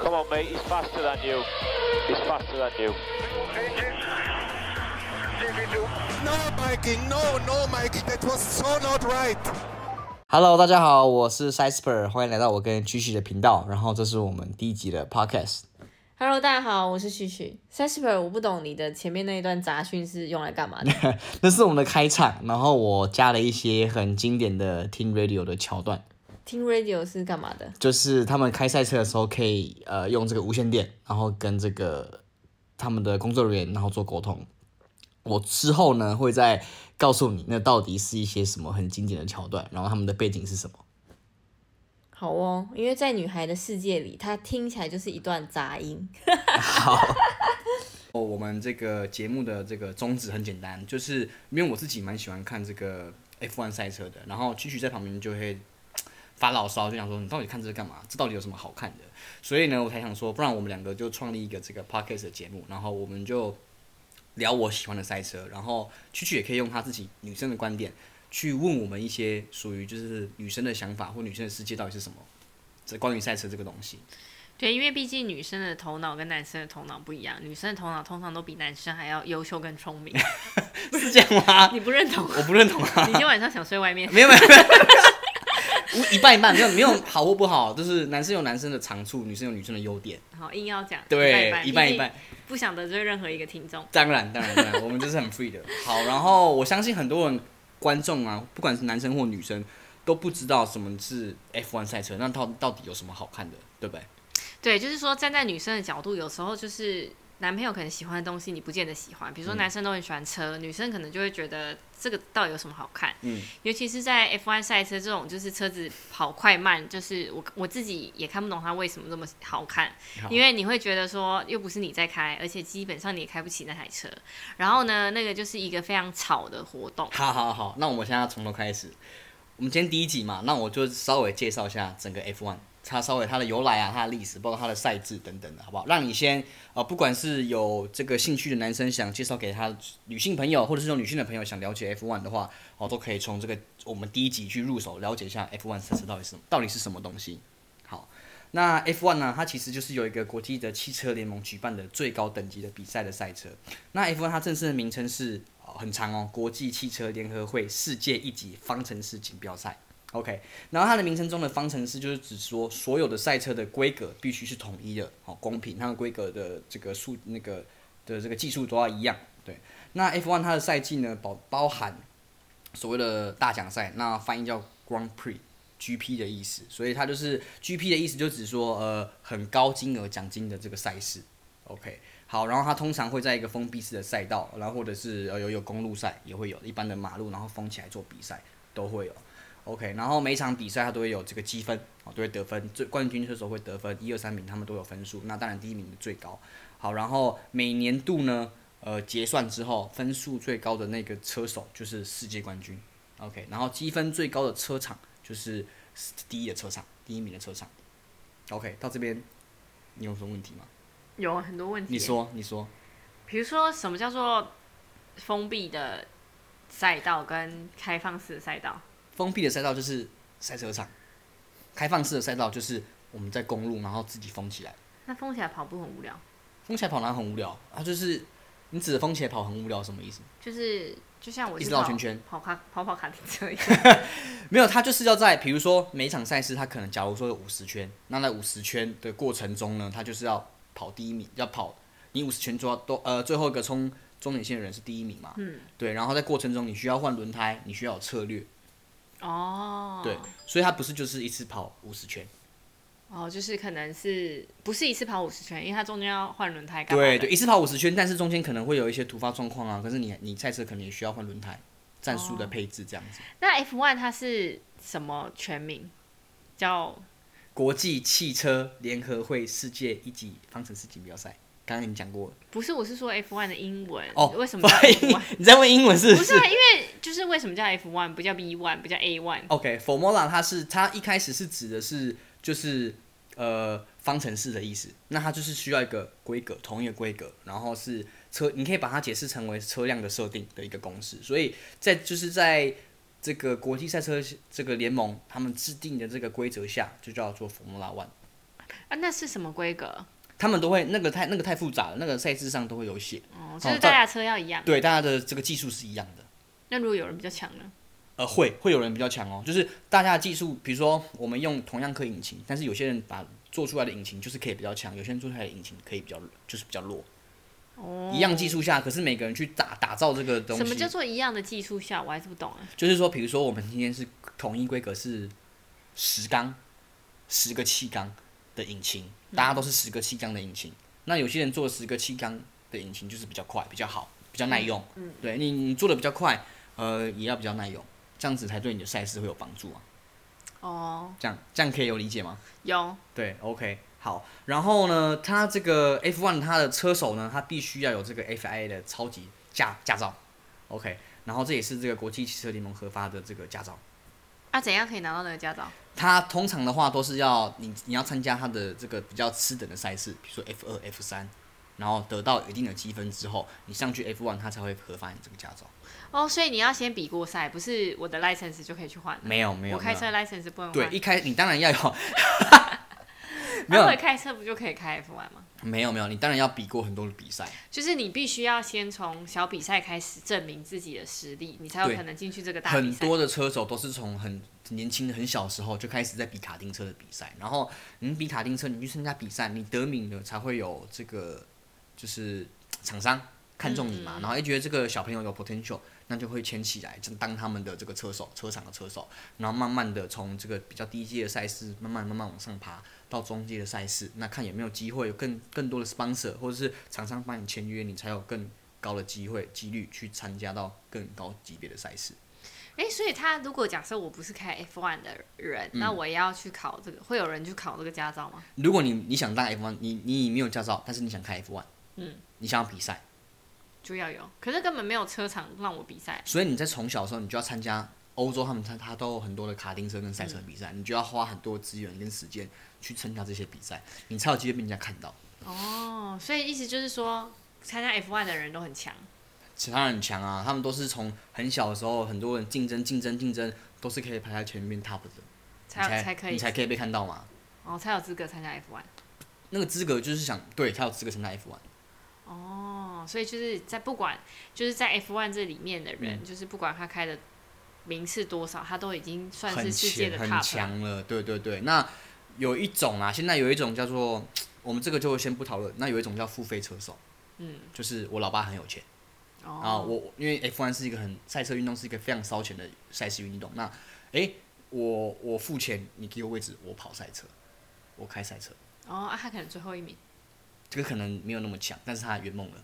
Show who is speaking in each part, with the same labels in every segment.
Speaker 1: Come on, mate. He's faster than you. He's faster than you.
Speaker 2: No, Mikey, no, no, Mikey, that was so not right.
Speaker 3: Hello，大家好，我是 Cysper，欢迎来到我跟居旭的频道。然后这是我们第一集的 Podcast。
Speaker 4: Hello，大家好，我是旭旭。Sasper，我不懂你的前面那一段杂讯是用来干 嘛的？
Speaker 3: 那是我们的开场，然后我加了一些很经典的听 radio 的桥段，
Speaker 4: 听 radio 是干嘛的？
Speaker 3: 就是他们开赛车的时候可以呃用这个无线电，然后跟这个他们的工作人员然后做沟通。我之后呢会再告诉你，那到底是一些什么很经典的桥段，然后他们的背景是什么。
Speaker 4: 好哦，因为在女孩的世界里，它听起来就是一段杂音。
Speaker 3: 哦，我们这个节目的这个宗旨很简单，就是因为我自己蛮喜欢看这个 F1 赛车的，然后蛐蛐在旁边就会发牢骚，就想说你到底看这个干嘛？这到底有什么好看的？所以呢，我才想说，不然我们两个就创立一个这个 podcast 的节目，然后我们就聊我喜欢的赛车，然后蛐蛐也可以用她自己女生的观点去问我们一些属于就是女生的想法或女生的世界到底是什么，这关于赛车这个东西。
Speaker 5: 对，因为毕竟女生的头脑跟男生的头脑不一样，女生的头脑通常都比男生还要优秀跟聪明。
Speaker 3: 是这样吗？
Speaker 5: 你不认同？
Speaker 3: 我不认同啊。
Speaker 5: 你今天晚上想睡外面？
Speaker 3: 没有没有没有，我一半一半，没有没有好或不好，就是男生有男生的长处，女生有女生的优点，
Speaker 5: 好，硬要讲，
Speaker 3: 对，一
Speaker 5: 一
Speaker 3: 半
Speaker 5: 半
Speaker 3: 一半，，
Speaker 5: 不想得罪任何一个听众。
Speaker 3: 当然当然当然，我们这是很 free 的。好，然后我相信很多人观众啊，不管是男生或女生，都不知道什么是 F1 赛车，那到到底有什么好看的，对不对？
Speaker 5: 对，就是说站在女生的角度，有时候就是男朋友可能喜欢的东西，你不见得喜欢。比如说
Speaker 3: 嗯
Speaker 5: 男生都很喜欢车，女生可能就会觉得这个到底有什么好看？
Speaker 3: 嗯，
Speaker 5: 尤其是在 F1 赛车这种，就是车子跑快慢，就是我我自己也看不懂它为什么这么好看
Speaker 3: 好，
Speaker 5: 因为你会觉得说又不是你在开，而且基本上你也开不起那台车。然后呢，那个就是一个非常吵的活动。
Speaker 3: 好好好，那我们现在从头开始。我们今天第一集嘛，那我就稍微介绍一下整个 F1，它稍微它的由来啊，它的历史，包括它的赛制等等的，好不好？让你先呃，不管是有这个兴趣的男生想介绍给他女性朋友，或者是有女性的朋友想了解 F1 的话，哦，都可以从这个我们第一集去入手，了解一下 F1 赛车到底是什么，到底是什么东西。好，那 F1 呢，它其实就是有一个国际的汽车联盟举办的最高等级的比赛的赛车。那 F1 它正式的名称是、呃很长哦，国际汽车联合会世界一级方程式锦标赛。OK，然后它的名称中的方程式就是指说所有的赛车的规格必须是统一的，好、公平，它的规格的这个数那个的这个技术都要一样。对，那 F1 它的赛季呢包包含所谓的大奖赛，那翻译叫 Grand Prix。GP 的意思，所以它就是 GP 的意思，就指说呃很高金额奖金的这个赛事。OK，好，然后它通常会在一个封闭式的赛道，然后或者是呃有有公路赛也会有，一般的马路然后封起来做比赛都会有。OK，然后每一场比赛它都会有这个积分，哦，都会得分，最冠军车手会得分，一二三名他们都有分数，那当然第一名的最高。好，然后每年度呢，呃，结算之后分数最高的那个车手就是世界冠军。OK，然后积分最高的车厂就是第一的车厂，第一名的车厂。OK，到这边你有什么问题吗？
Speaker 5: 有很多问题。
Speaker 3: 你，说，你说。
Speaker 5: 比如说什么叫做封闭的赛道跟开放式的赛道？
Speaker 3: 封闭的赛道就是赛车场，开放式的赛道就是我们在公路，然后自己封起来。
Speaker 5: 那封起来跑步很无聊，
Speaker 3: 封起来跑哪很无聊，它就是你指的封起来跑很无聊什么意思？
Speaker 5: 就是就像我
Speaker 3: 一
Speaker 5: 去
Speaker 3: 直绕
Speaker 5: 跑
Speaker 3: 圈圈
Speaker 5: 跑卡跑跑卡丁车一样。
Speaker 3: 没有，它就是要在比如说每一场赛事，它可能假如说有五十圈，那在五十圈的过程中呢，它就是要跑第一名，要跑你五十圈抓都呃最后一个冲终点线的人是第一名嘛？嗯，对，然后在过程中你需要换轮胎，你需要有策略，
Speaker 5: 哦，
Speaker 3: 对，所以它不是就是一次跑五十圈。
Speaker 5: 哦，就是可能是不是一次跑五十圈，因为它中间要换轮胎干嘛
Speaker 3: 对
Speaker 5: 的？
Speaker 3: 对，一次跑五十圈，但是中间可能会有一些突发状况啊。可是你你赛车可能也需要换轮胎、战术
Speaker 5: 哦
Speaker 3: 的配置这样子。
Speaker 5: 那 F one 它是什么全名？叫
Speaker 3: 国际汽车联合会世界一级方程式锦标赛，刚刚已经讲过了。
Speaker 5: 不是？我是说 F one 的英文
Speaker 3: 哦，
Speaker 5: 为什么叫
Speaker 3: 不好意
Speaker 5: F
Speaker 3: 思
Speaker 5: one？
Speaker 3: 你在问英文是
Speaker 5: 不是啊，因为就是为什么叫 F one 不叫 B one 不叫 A one？
Speaker 3: OK，formula、它是它一开始是指的是就是呃方程式的意思，那它就是需要一个规格，同一个规格，然后是车，你可以把它解释成为车辆的设定的一个公式。所以在就是在这个国际赛车这个联盟他们制定的这个规则下，就叫做 formula one。
Speaker 5: 啊，那是什么规格？
Speaker 3: 他们都会那个太那个太复杂了，那个赛制上都会有写。
Speaker 5: 哦，就是
Speaker 3: 哦
Speaker 5: 大
Speaker 3: 但
Speaker 5: 家车要一样。
Speaker 3: 对，大家的这个技术是一样的。
Speaker 5: 那如果有人比较强呢？
Speaker 3: 呃，会会有人比较强哦，就是大家的技术，比如说我们用同样颗引擎，但是有些人把做出来的引擎就是可以比较强，有些人做出来的引擎可以比较就是比较弱。
Speaker 5: 哦，
Speaker 3: 一样技。术下，可是每个人去打打造这个东
Speaker 5: 什么叫
Speaker 3: 西，
Speaker 5: 做一样的技术下？我还是不懂啊。
Speaker 3: 就是说，比如说我们今天是统一规格是十缸，十个气缸的引擎，大家都是十个气缸的引擎。那有些人做十个气缸的引擎就是比较快、比较好、比较耐用。嗯，对你你做的比较快，呃，也要比较耐用，这样子才对你的赛事会有帮助啊。
Speaker 5: 哦，
Speaker 3: 这样这样可以有理解吗？
Speaker 5: 有
Speaker 3: 对，OK，好。然后呢，他这个 F1 他的车手呢，他必须要有这个 FIA 的超级驾驾照，OK。然后这也是这个国际汽车联盟核发的这个驾照。
Speaker 5: 啊？怎样可以拿到那个驾照？
Speaker 3: 他通常的话都是要你你要参加他的这个比较次等的赛事，比如说 F 二、F 三，然后得到一定的积分之后，你上去 F1 他才会核发你这个驾照。
Speaker 5: 哦，所以你要先比过赛，不是我的 license 就可以去换了。
Speaker 3: 没有没有，
Speaker 5: 我开
Speaker 3: 没有
Speaker 5: 车的 license 不能换。
Speaker 3: 对一开你当然要有， 没
Speaker 5: 那
Speaker 3: 有
Speaker 5: 会哦开车不就可以开 F1 吗？
Speaker 3: 没有没有，你当然要比过很多的比赛。
Speaker 5: 就是你必须要先从小比赛开始证明自己的实力，你才有
Speaker 3: 对
Speaker 5: 可能进去这个大比
Speaker 3: 很
Speaker 5: 赛。
Speaker 3: 多的车手都是从很年轻、很小的时候就开始在比卡丁车的比赛，然后你比卡丁车，你去参加比赛，你得名了才会有这个，就是厂商看中你嘛，
Speaker 5: 嗯
Speaker 3: 然后也觉得这个小朋友有 potential，那就会签起来，就当他们的这个车手、车厂的车手，然后慢慢的从这个比较低阶的赛事，慢慢慢慢往上爬到中阶的赛事，那看有没有机会有更更多的 sponsor 或者是厂商帮你签约，你才有更高的机会几率去参加到更高级别的赛事。
Speaker 5: 哎、所以他如果假设我不是开 F1 的人，那
Speaker 3: 嗯
Speaker 5: 我也要去考这个，会有人去考这个驾照吗？
Speaker 3: 如果你你想当 F1，你你没有驾照，但是你想开 F1，
Speaker 5: 嗯，
Speaker 3: 你想要比赛，
Speaker 5: 就要有，可是根本没有车厂让我比赛。
Speaker 3: 所以你在从小的时候你就要参加欧洲，他们他他都有很多的卡丁车跟赛车比赛，你就要花很多资源跟时间去参加这些比赛，你才有机会被人家看到。
Speaker 5: 哦，所以意思就是说，参加 F1 的人都很强。
Speaker 3: 其他人很强啊，他们都是从很小的时候，很多人竞争竞争竞争，都是可以排在前面 top 的，
Speaker 5: 才有
Speaker 3: 你
Speaker 5: 才可以
Speaker 3: 你才可以被看到嘛。
Speaker 5: 哦，才有资格参加 F1。
Speaker 3: 那个资格就是想对才有资格参加 F1。
Speaker 5: 哦，所以就是在不管就是在 F1 这里面的
Speaker 3: 嗯
Speaker 5: 人，就是不管他开的名次多少，他都已经算是
Speaker 3: 很
Speaker 5: 世界
Speaker 3: 强
Speaker 5: 的
Speaker 3: 很
Speaker 5: top 了。
Speaker 3: 强了，对对对。那有一种啊，现在有一种叫做我们这个就先不讨论。那有一种叫付费车手，
Speaker 5: 嗯，
Speaker 3: 就是我老爸很有钱啊、
Speaker 5: 哦，
Speaker 3: 我因为 F1 是一个很赛车运动，是一个非常烧钱的赛事运动。那诶，我我付钱，你给我位置，我跑赛车，我开赛车，
Speaker 5: 哦、啊，他可能最后一名。
Speaker 3: 这个可能没有那么强，但是他圆梦了。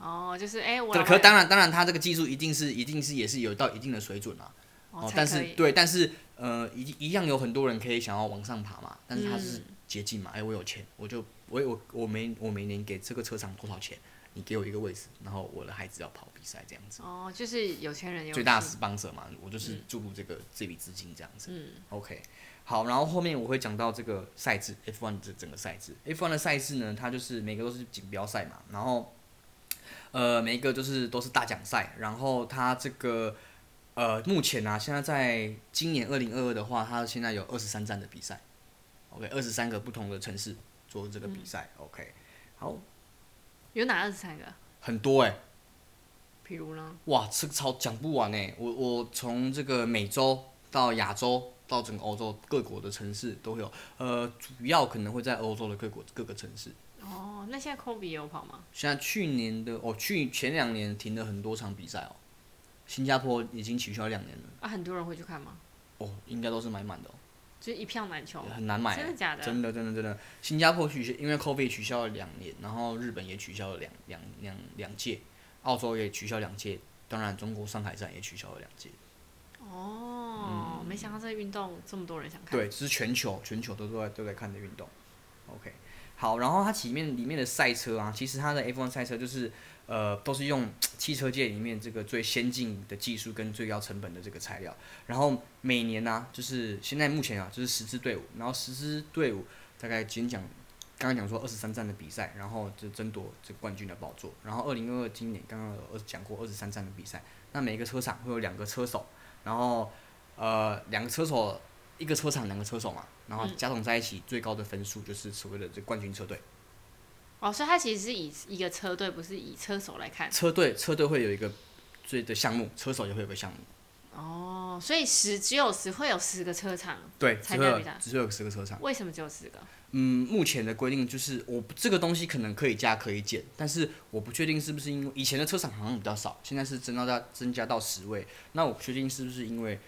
Speaker 5: 哦，就是哎、我
Speaker 3: 对，
Speaker 5: 老
Speaker 3: 可
Speaker 5: 板
Speaker 3: 当然当然，他这个技术一定是一定是也是有到一定的水准啊。
Speaker 5: 哦，
Speaker 3: 但
Speaker 5: 才可
Speaker 3: 是
Speaker 5: 以
Speaker 3: 对，但是呃，一一样有很多人可以想要往上爬嘛，但是他
Speaker 5: 嗯
Speaker 3: 是捷径嘛，哎、我有钱，我就我我我每我每年给这个车厂多少钱，你给我一个位置，然后我的孩子要跑比赛这样子，
Speaker 5: 哦，就是有钱人有
Speaker 3: 最大
Speaker 5: 钱
Speaker 3: sponsor 嘛，我就是注入这个、这笔资金这样子。
Speaker 5: 嗯
Speaker 3: OK，好，然后后面我会讲到这个赛制，F1 这整个赛制，F1 的赛制呢，它就是每个都是锦标赛嘛，然后呃每一个就是都是大奖赛，然后它这个呃目前啊，现在在今年二零二二的话，它现在有二十三站的比赛，OK，二十三个不同的城市做这个
Speaker 5: 嗯
Speaker 3: 比赛、o k 好，
Speaker 5: 有哪二十三个？
Speaker 3: 很多哎、
Speaker 5: 比如呢？
Speaker 3: 哇，这个超讲不完呢。我我从这个美洲到亚洲到整个欧洲各国的城市都会有，呃，主要可能会在欧洲的各国各个城市。
Speaker 5: 哦，那现在 Kobe 有跑吗？
Speaker 3: 现在去年的哦，去前两年停了很多场比赛哦，新加坡已经取消两年了
Speaker 5: 啊，很多人会去看吗？
Speaker 3: 哦，应该都是买满的、哦，
Speaker 5: 就是一票难求。
Speaker 3: 很难买。
Speaker 5: 真的假的
Speaker 3: 真的真的真的，新加坡取消，因为 COVID 取消了两年，然后日本也取消了两两两两届，澳洲也取消两届，当然中国上海站也取消了两届。
Speaker 5: 哦，没想到这个运动这么多人想看。
Speaker 3: 嗯对，这是全球全球都都在都在看的运动。OK，好，然后它里面里面的赛车啊，其实它的 F1 赛车就是呃都是用汽车界里面这个最先进的技术跟最高成本的这个材料，然后每年呢、就是现在目前啊就是十支队伍，然后十支队伍大概仅讲。刚刚讲说二十三站的比赛，然后就争夺这个冠军的宝座。然后二零二二今年刚刚有二讲过二十三站的比赛，那每个车厂会有两个车手，然后呃两个车手一个车厂两个车手嘛，然后
Speaker 5: 嗯
Speaker 3: 加总在一起最高的分数就是所谓的这冠军车队。
Speaker 5: 哦，所以它其实是以一个车队，不是以车手来看。
Speaker 3: 车队车队会有一个最的项目，车手也会有个项目。
Speaker 5: 哦，所以十只有十会有十个车厂，
Speaker 3: 对，只
Speaker 5: 参
Speaker 3: 会
Speaker 5: 加
Speaker 3: 有
Speaker 5: 比赛
Speaker 3: 只会有十个车厂。
Speaker 5: 为什么只有十个？
Speaker 3: 嗯，目前的规定就是我不这个东西可能可以加可以减，但是我不确定是不是因为以前的车厂好像比较少，现在是增加到增加到十位，那我不确定是不是因为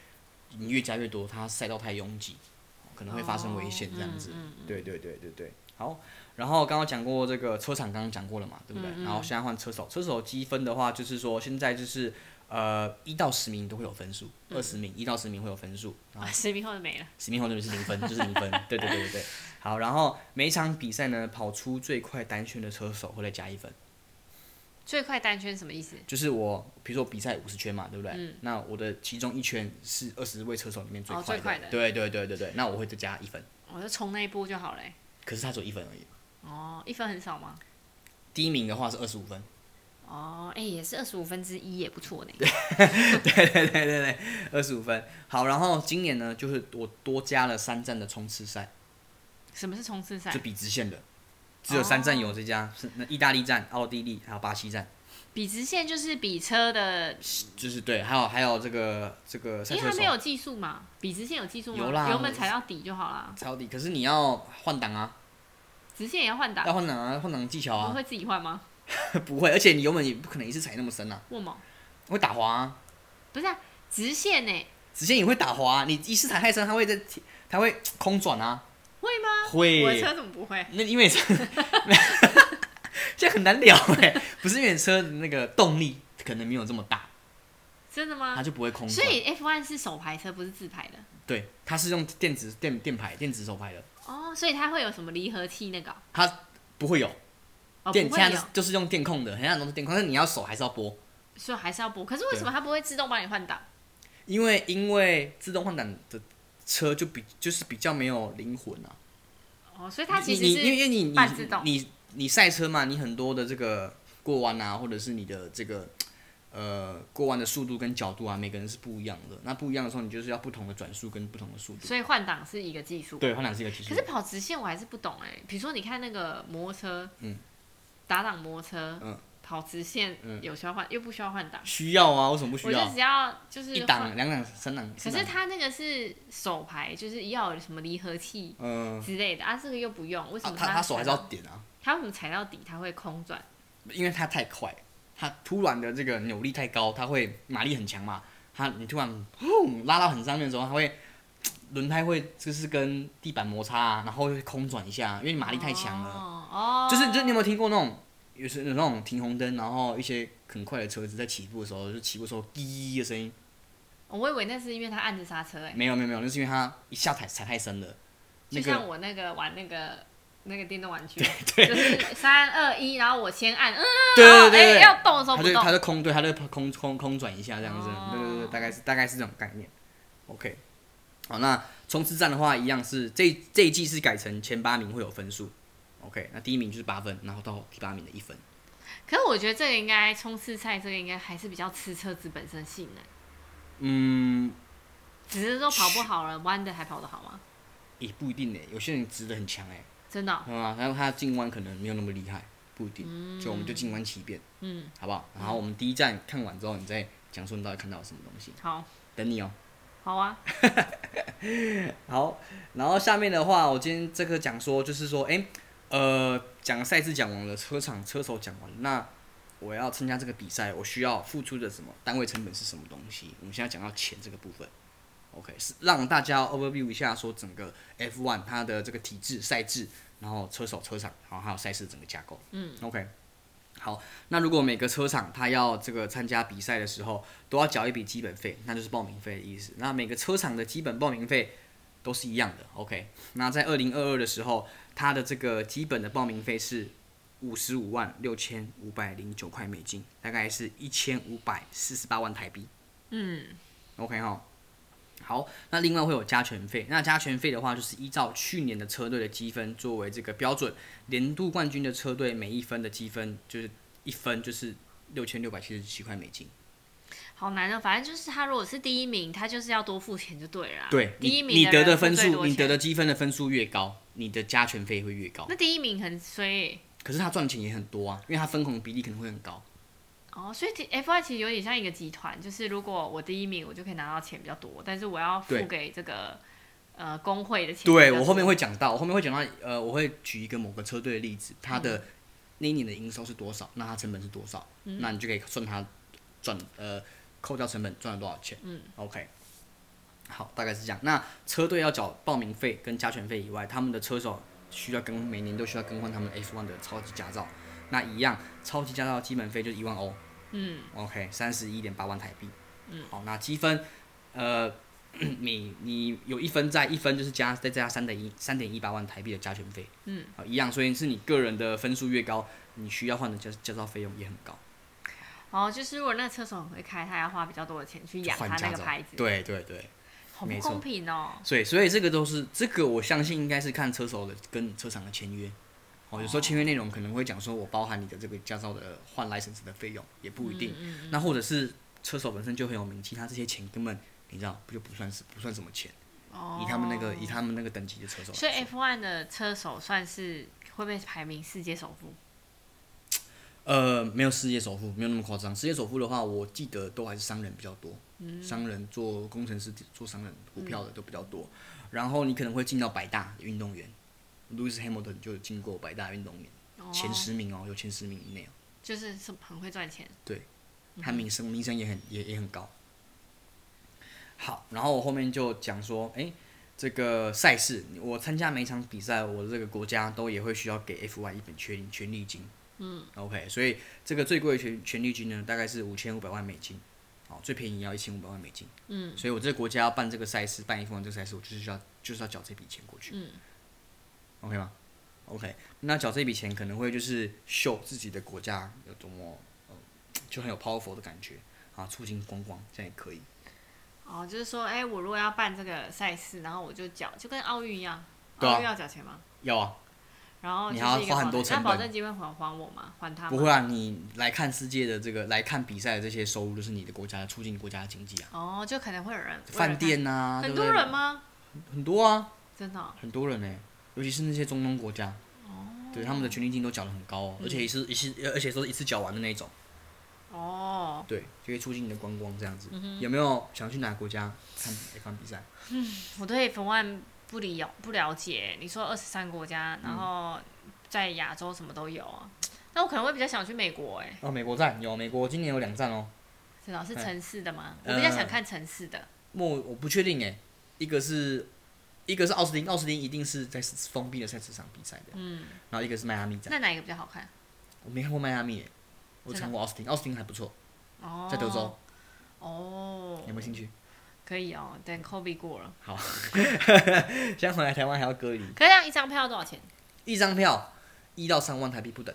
Speaker 3: 你越加越多，它赛道太拥挤，可能会发生危险这样子。
Speaker 5: 嗯嗯
Speaker 3: 对对对对对，好。然后刚刚讲过这个车厂，刚刚讲过了嘛，对不对？
Speaker 5: 嗯嗯
Speaker 3: 然后现在换车手，车手积分的话，就是说现在就是呃一到十名都会有分数，二十名一到十名会有分数，然
Speaker 5: 嗯
Speaker 3: 后
Speaker 5: 啊，十名后就没了。
Speaker 3: 史密后那边是零分， 就是零分。对对对对对。好，然后每一场比赛呢，跑出最快单圈的车手会再加一分。
Speaker 5: 最快单圈什么意思？
Speaker 3: 就是我，比如说我比赛五十圈嘛，对不对？
Speaker 5: 嗯
Speaker 3: 那我的其中一圈是二十位车手里面最
Speaker 5: 哦
Speaker 3: 快的。
Speaker 5: 最快的
Speaker 3: 对对对对对，那我会再加一分。
Speaker 5: 我就冲那一步就好欸嘞。
Speaker 3: 可是他只有一分而已。
Speaker 5: 哦，一分很少吗？
Speaker 3: 第一名的话是二十五分。
Speaker 5: 哦，哎、也是二十五分之一，也不错呢。
Speaker 3: 对对对对对，二十五分。好，然后今年呢，就是我多加了三站的冲刺赛，
Speaker 5: 什么是冲刺赛
Speaker 3: 就？比直线的，只有三站有这家，是那意大利站、奥地利还有巴西站，
Speaker 5: 比直线就是比车的，
Speaker 3: 就是对，还有还有这个这个赛
Speaker 5: 因为
Speaker 3: 车
Speaker 5: 它
Speaker 3: 手
Speaker 5: 没。有技术嘛。比直线有技术
Speaker 3: 有
Speaker 5: 吗？
Speaker 3: 啦
Speaker 5: 油门踩到底就好啦。
Speaker 3: 超底，可是你要换挡啊，
Speaker 5: 直线也要换挡
Speaker 3: 要，换挡啊，换挡技巧
Speaker 5: 不
Speaker 3: 啊，
Speaker 5: 会自己换吗？
Speaker 3: 不会，而且你油门也不可能一次踩那么深啊，
Speaker 5: 握猛，
Speaker 3: 会打滑啊，
Speaker 5: 不是啊，直线呢、
Speaker 3: 直线也会打滑啊，你一次踩太深，它会在它会空转啊，
Speaker 5: 会吗？我的
Speaker 3: 会
Speaker 5: 车，怎么不会？
Speaker 3: 那因为车， 现在很难聊哎、不是因为车的那个动力可能没有这么大，
Speaker 5: 真的
Speaker 3: 它
Speaker 5: 吗？
Speaker 3: 就不会空
Speaker 5: 啊所
Speaker 3: 转，
Speaker 5: 以 F1 是手排车，不是自排的
Speaker 3: 对，它是用电子电电排电子手排的，
Speaker 5: 哦，所以它会有什么离合器那个哦
Speaker 3: 它不会有
Speaker 5: 哦，
Speaker 3: 电，
Speaker 5: 不会
Speaker 3: 现在
Speaker 5: 有，
Speaker 3: 就是用电控的，很多都是电控，但是你要手还是要拨。
Speaker 5: 所以还是要拨。可是为
Speaker 3: 啊
Speaker 5: 什么它不会自动帮你换挡？
Speaker 3: 因为因为自动换挡的车就比就是比较没有灵魂啊。
Speaker 5: 哦，所以它
Speaker 3: 你
Speaker 5: 其
Speaker 3: 你因为因
Speaker 5: 实是
Speaker 3: 为你
Speaker 5: 半自动
Speaker 3: 你你你赛车嘛，你很多的这个过弯啊，或者是你的这个呃过弯的速度跟角度啊，每个人是不一样的。那不一样的时候，你就是要不同的转速跟不同的速度。
Speaker 5: 所以换挡是一个技术。
Speaker 3: 对，换挡是一个技术
Speaker 5: 可是。跑直线我还是不懂哎、比如说你看那个摩托车，
Speaker 3: 嗯，
Speaker 5: 打挡摩托车，
Speaker 3: 嗯，
Speaker 5: 跑直线
Speaker 3: 嗯
Speaker 5: 有需要换，又不需要换挡，
Speaker 3: 需要啊，为什么不需
Speaker 5: 我就
Speaker 3: 要
Speaker 5: 只？要就是
Speaker 3: 一
Speaker 5: 换
Speaker 3: 档、两档、三档。
Speaker 5: 可
Speaker 3: 四
Speaker 5: 是
Speaker 3: 档
Speaker 5: 它那个是手排，就是要有什么离合器
Speaker 3: 嗯，
Speaker 5: 之类的啊，这个又不用，为什
Speaker 3: 他
Speaker 5: 么
Speaker 3: 他他手还是要
Speaker 5: 踩到
Speaker 3: 点啊，
Speaker 5: 它为什么踩到底它会空转？
Speaker 3: 因为他太快，他突然的这个扭力太高，他会马力很强嘛，他你突然轰拉到很上面的时候，它会轮胎会就是跟地板摩擦、啊，然后会空转一下，因为你马力太强了。
Speaker 5: 哦哦，
Speaker 3: 就是就是你有没有听过那种有时有那种停红灯，然后一些很快的车子在起步的时候，就起步的时候滴的声音，
Speaker 5: 哦我以为那是因为它按着刹车哎、
Speaker 3: 没有没有没有，那是因为它一下踩踩太深了。那
Speaker 5: 就像
Speaker 3: 个
Speaker 5: 我那个玩那个那个电动玩具， 就是三二一，然后我先按，嗯，
Speaker 3: 对
Speaker 5: 然
Speaker 3: 对对
Speaker 5: 后
Speaker 3: 对
Speaker 5: 哎
Speaker 3: 对，
Speaker 5: 要动的时候
Speaker 3: 它
Speaker 5: 不
Speaker 3: 就
Speaker 5: 动
Speaker 3: 它，就空对，它就空空空转一下这样子，
Speaker 5: 哦
Speaker 3: 对对对，大概是大概是这种概念。OK，好，那冲刺战的话，一样是这这一季是改成前八名会有分数。OK，那第一名就是八分，然后到第八名的一分。
Speaker 5: 可是我觉得这个应该冲刺赛，这个应该还是比较吃车子本身性能，
Speaker 3: 嗯，
Speaker 5: 只是说跑不好了，弯的还跑得好吗？
Speaker 3: 也不一定呢，有些人直的很强哎，
Speaker 5: 真的哦、
Speaker 3: 对吧？然后他进弯可能没有那么厉害，不一定，所以我们就静观其变，
Speaker 5: 嗯，
Speaker 3: 好不好？然后我们第一站看完之后，你再讲说你到底看到了什么东西，
Speaker 5: 好，
Speaker 3: 等你哦、
Speaker 5: 好啊，
Speaker 3: 好，然后下面的话，我今天这个讲说就是说，哎、呃，讲赛制讲完了，车厂车手讲完了，那我要参加这个比赛，我需要付出的什么单位成本是什么东西？我们现在讲到钱这个部分，OK，是让大家 overview 一下说整个 F1 它的这个体制、赛制，然后车手、车厂，然后还有赛事整个架构，
Speaker 5: 嗯
Speaker 3: ，OK。好，那如果每个车厂它要这个参加比赛的时候，都要缴一笔基本费，那就是报名费的意思。那每个车厂的基本报名费都是一样的。OK，那在二零二二的时候，它的这个基本的报名费是五十五万六千五百零九块美金，大概是一千五百四十八万台币。
Speaker 5: 嗯，
Speaker 3: OK 哈，好，那另外会有加权费，那加权费的话就是依照去年的车队的积分作为这个标准，年度冠军的车队每一分的积分就是一分就是六千六百七十七块美金。
Speaker 5: 好难哦，反正就是他如果是第一名，他就是要多付钱就对了啦。啊
Speaker 3: 对，
Speaker 5: 第一
Speaker 3: 你
Speaker 5: 名
Speaker 3: 你
Speaker 5: 人
Speaker 3: 得的
Speaker 5: 付
Speaker 3: 分
Speaker 5: 最
Speaker 3: 数，
Speaker 5: 多
Speaker 3: 你得
Speaker 5: 钱
Speaker 3: 的积分的分数越高，你的加权费会越高
Speaker 5: 那。第一名很衰欸
Speaker 3: 可是他赚钱也很多啊，因为他分红比例可能会很高。
Speaker 5: 哦，所以 F1 其实有点像一个集团，就是如果我第一名，我就可以拿到钱比较多，但是我要付
Speaker 3: 对
Speaker 5: 给这个呃工会的钱比较多。
Speaker 3: 对我后面会讲到，我后面会讲到，呃，我会举一个某个车队的例子，它的那一年的营收是多少，那它成本是多少，那你就可以算它赚呃扣掉成本赚了多少钱。
Speaker 5: 嗯
Speaker 3: ，OK，好，大概是这样。那车队要缴报名费跟加权费以外，他们的车手需要更每年都需要更换他们 F1 的超级驾照。那一样，超级驾照的基本费就是一万欧
Speaker 5: 嗯
Speaker 3: ，OK，三十一点八万台币。
Speaker 5: 嗯，
Speaker 3: 好，那积分，呃，你你有一分在，一分就是加再加三点一三点一八万台币的加权费。
Speaker 5: 嗯，
Speaker 3: 好，一样，所以是你个人的分数越高，你需要换的驾驾照费用也很高，
Speaker 5: 哦，就是如果那个车手很会开，他要花比较多的钱去
Speaker 3: 就
Speaker 5: 养
Speaker 3: 换
Speaker 5: 他
Speaker 3: 驾
Speaker 5: 那个
Speaker 3: 照
Speaker 5: 牌子，，
Speaker 3: 对对对，
Speaker 5: 好不
Speaker 3: 没错
Speaker 5: 公平哦。
Speaker 3: 所以所以这个都是这个，我相信应该是看车手的跟车厂的签约。哦，有时候签约内容可能会讲说，我包含你的这个驾照的换 license 的费用，也不一
Speaker 5: 嗯
Speaker 3: 定。那或者是车手本身就很有名气，他这些钱根本你知道，不就不算是不算什么钱。
Speaker 5: 哦，
Speaker 3: 以他们那个以他们那个等级的车手来说，
Speaker 5: 所以哎 F1 的车手算是会被排名世界首富。
Speaker 3: 呃没有世界首富，没有那么夸张。世界首富的话，我记得都还是商人比较多，商人做工程师、做商人股票的都比较多。然后你可能会进到百大运动员，Lewis Hamilton 就进过百大运动员、
Speaker 5: 哦，
Speaker 3: 前十名哦，有前十名以内哦。
Speaker 5: 就是是很会赚钱。
Speaker 3: 他名声名声也很也也很高。好，然后我后面就讲说，哎，这个赛事我参加每一场比赛，我这个国家都也会需要给 F1 一本权权利金。嗯，OK，所以这个最贵的权权利金呢，大概是五千五百万美金，好，最便宜也要一千五百万美金。
Speaker 5: 嗯，
Speaker 3: 所以我这个国家要办这个赛事，办 F1 这个赛事，我就是需要就是要缴这笔钱过去。
Speaker 5: 嗯
Speaker 3: ，OK 吗？OK，那缴这笔钱可能会就是秀自己的国家有多么呃，就很有 powerful 的感觉啊，促进观光这样也可以。
Speaker 5: 哦，就是说，哎、我如果要办这个赛事，然后我就缴，就跟奥运一样，
Speaker 3: 对啊
Speaker 5: 奥运要缴钱吗？
Speaker 3: 要啊，
Speaker 5: 然后
Speaker 3: 你
Speaker 5: 就
Speaker 3: 还
Speaker 5: 是
Speaker 3: 要
Speaker 5: 一个
Speaker 3: 花很
Speaker 5: 保
Speaker 3: 多
Speaker 5: 证
Speaker 3: 成
Speaker 5: 那保
Speaker 3: 本
Speaker 5: 证金会还还我吗？还他吗？
Speaker 3: 不会啊，你来看世界的这个来看比赛的这些收入，就是你的国家促进国家的经济啊，
Speaker 5: 哦，就可能会有人为了
Speaker 3: 饭
Speaker 5: 看
Speaker 3: 店呐、啊，
Speaker 5: 很
Speaker 3: 对
Speaker 5: 多
Speaker 3: 不对
Speaker 5: 人？吗？
Speaker 3: 很多啊，
Speaker 5: 真的哦、
Speaker 3: 很多人呢、欸尤其是那些中东国家，
Speaker 5: 哦
Speaker 3: 对他们的权利金都缴得很高
Speaker 5: 嗯
Speaker 3: 哦，而且也是一次，而且都是一次缴完的那种。
Speaker 5: 哦，
Speaker 3: 对，就可以促进你的观光这样子。
Speaker 5: 嗯
Speaker 3: 有没有想去哪个国家看 F1 比赛？
Speaker 5: 我对 F1 不了不了解。你说二十三国家，然后在亚洲什么都有啊。那我可能会比较想去美国、哎，
Speaker 3: 哦，美国站有，美国今年有两站哦。
Speaker 5: 真的哦是
Speaker 3: 哎嗯
Speaker 5: 城市的吗？我比较想看城市的。
Speaker 3: 莫我不确定哎，一个是一个是奥斯汀，奥斯汀一定是在封闭的赛事场比赛的，
Speaker 5: 嗯，
Speaker 3: 然后一个是迈阿密站。
Speaker 5: 那哪一个比较好看？
Speaker 3: 我没看过迈阿密耶，我只看过奥斯汀，奥斯汀还不错，
Speaker 5: 哦，
Speaker 3: 在德州，。
Speaker 5: 哦，
Speaker 3: 有没有兴趣？
Speaker 5: 可以哦，等 Kobe 过了。
Speaker 3: 现在回来台湾还要隔离，
Speaker 5: 可是这样一张票要多少钱？
Speaker 3: 一张票一到三万台币不等。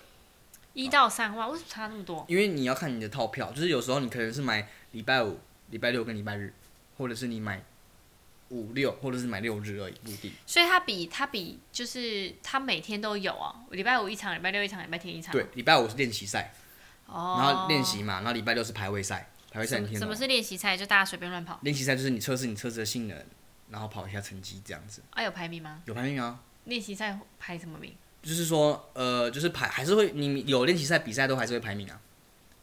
Speaker 5: 一到三万，为什么差那么多？
Speaker 3: 因为你要看你的套票，就是有时候你可能是买礼拜五、礼拜六跟礼拜日，或者是你买五六，或者是买六日而已，不一定。
Speaker 5: 所以它比它比就是它每天都有啊，礼拜五一场，礼拜六一场，礼拜天一场。
Speaker 3: 对，，礼拜五是练习赛，
Speaker 5: 哦
Speaker 3: 然，后练习嘛，然后礼拜六是排位赛，排位赛
Speaker 5: 什
Speaker 3: 你
Speaker 5: 么
Speaker 3: 听
Speaker 5: 什
Speaker 3: 得
Speaker 5: 么
Speaker 3: 懂吗？
Speaker 5: 是练习赛？就大家随便乱跑。
Speaker 3: 练习赛就是你测试你车子的性能，然后跑一下成绩这样子，
Speaker 5: 啊，有排名吗？
Speaker 3: 有排名啊。
Speaker 5: 练习赛排什么名？
Speaker 3: 就是说，呃，就是排还是会，你有练习赛比赛都还是会排名啊，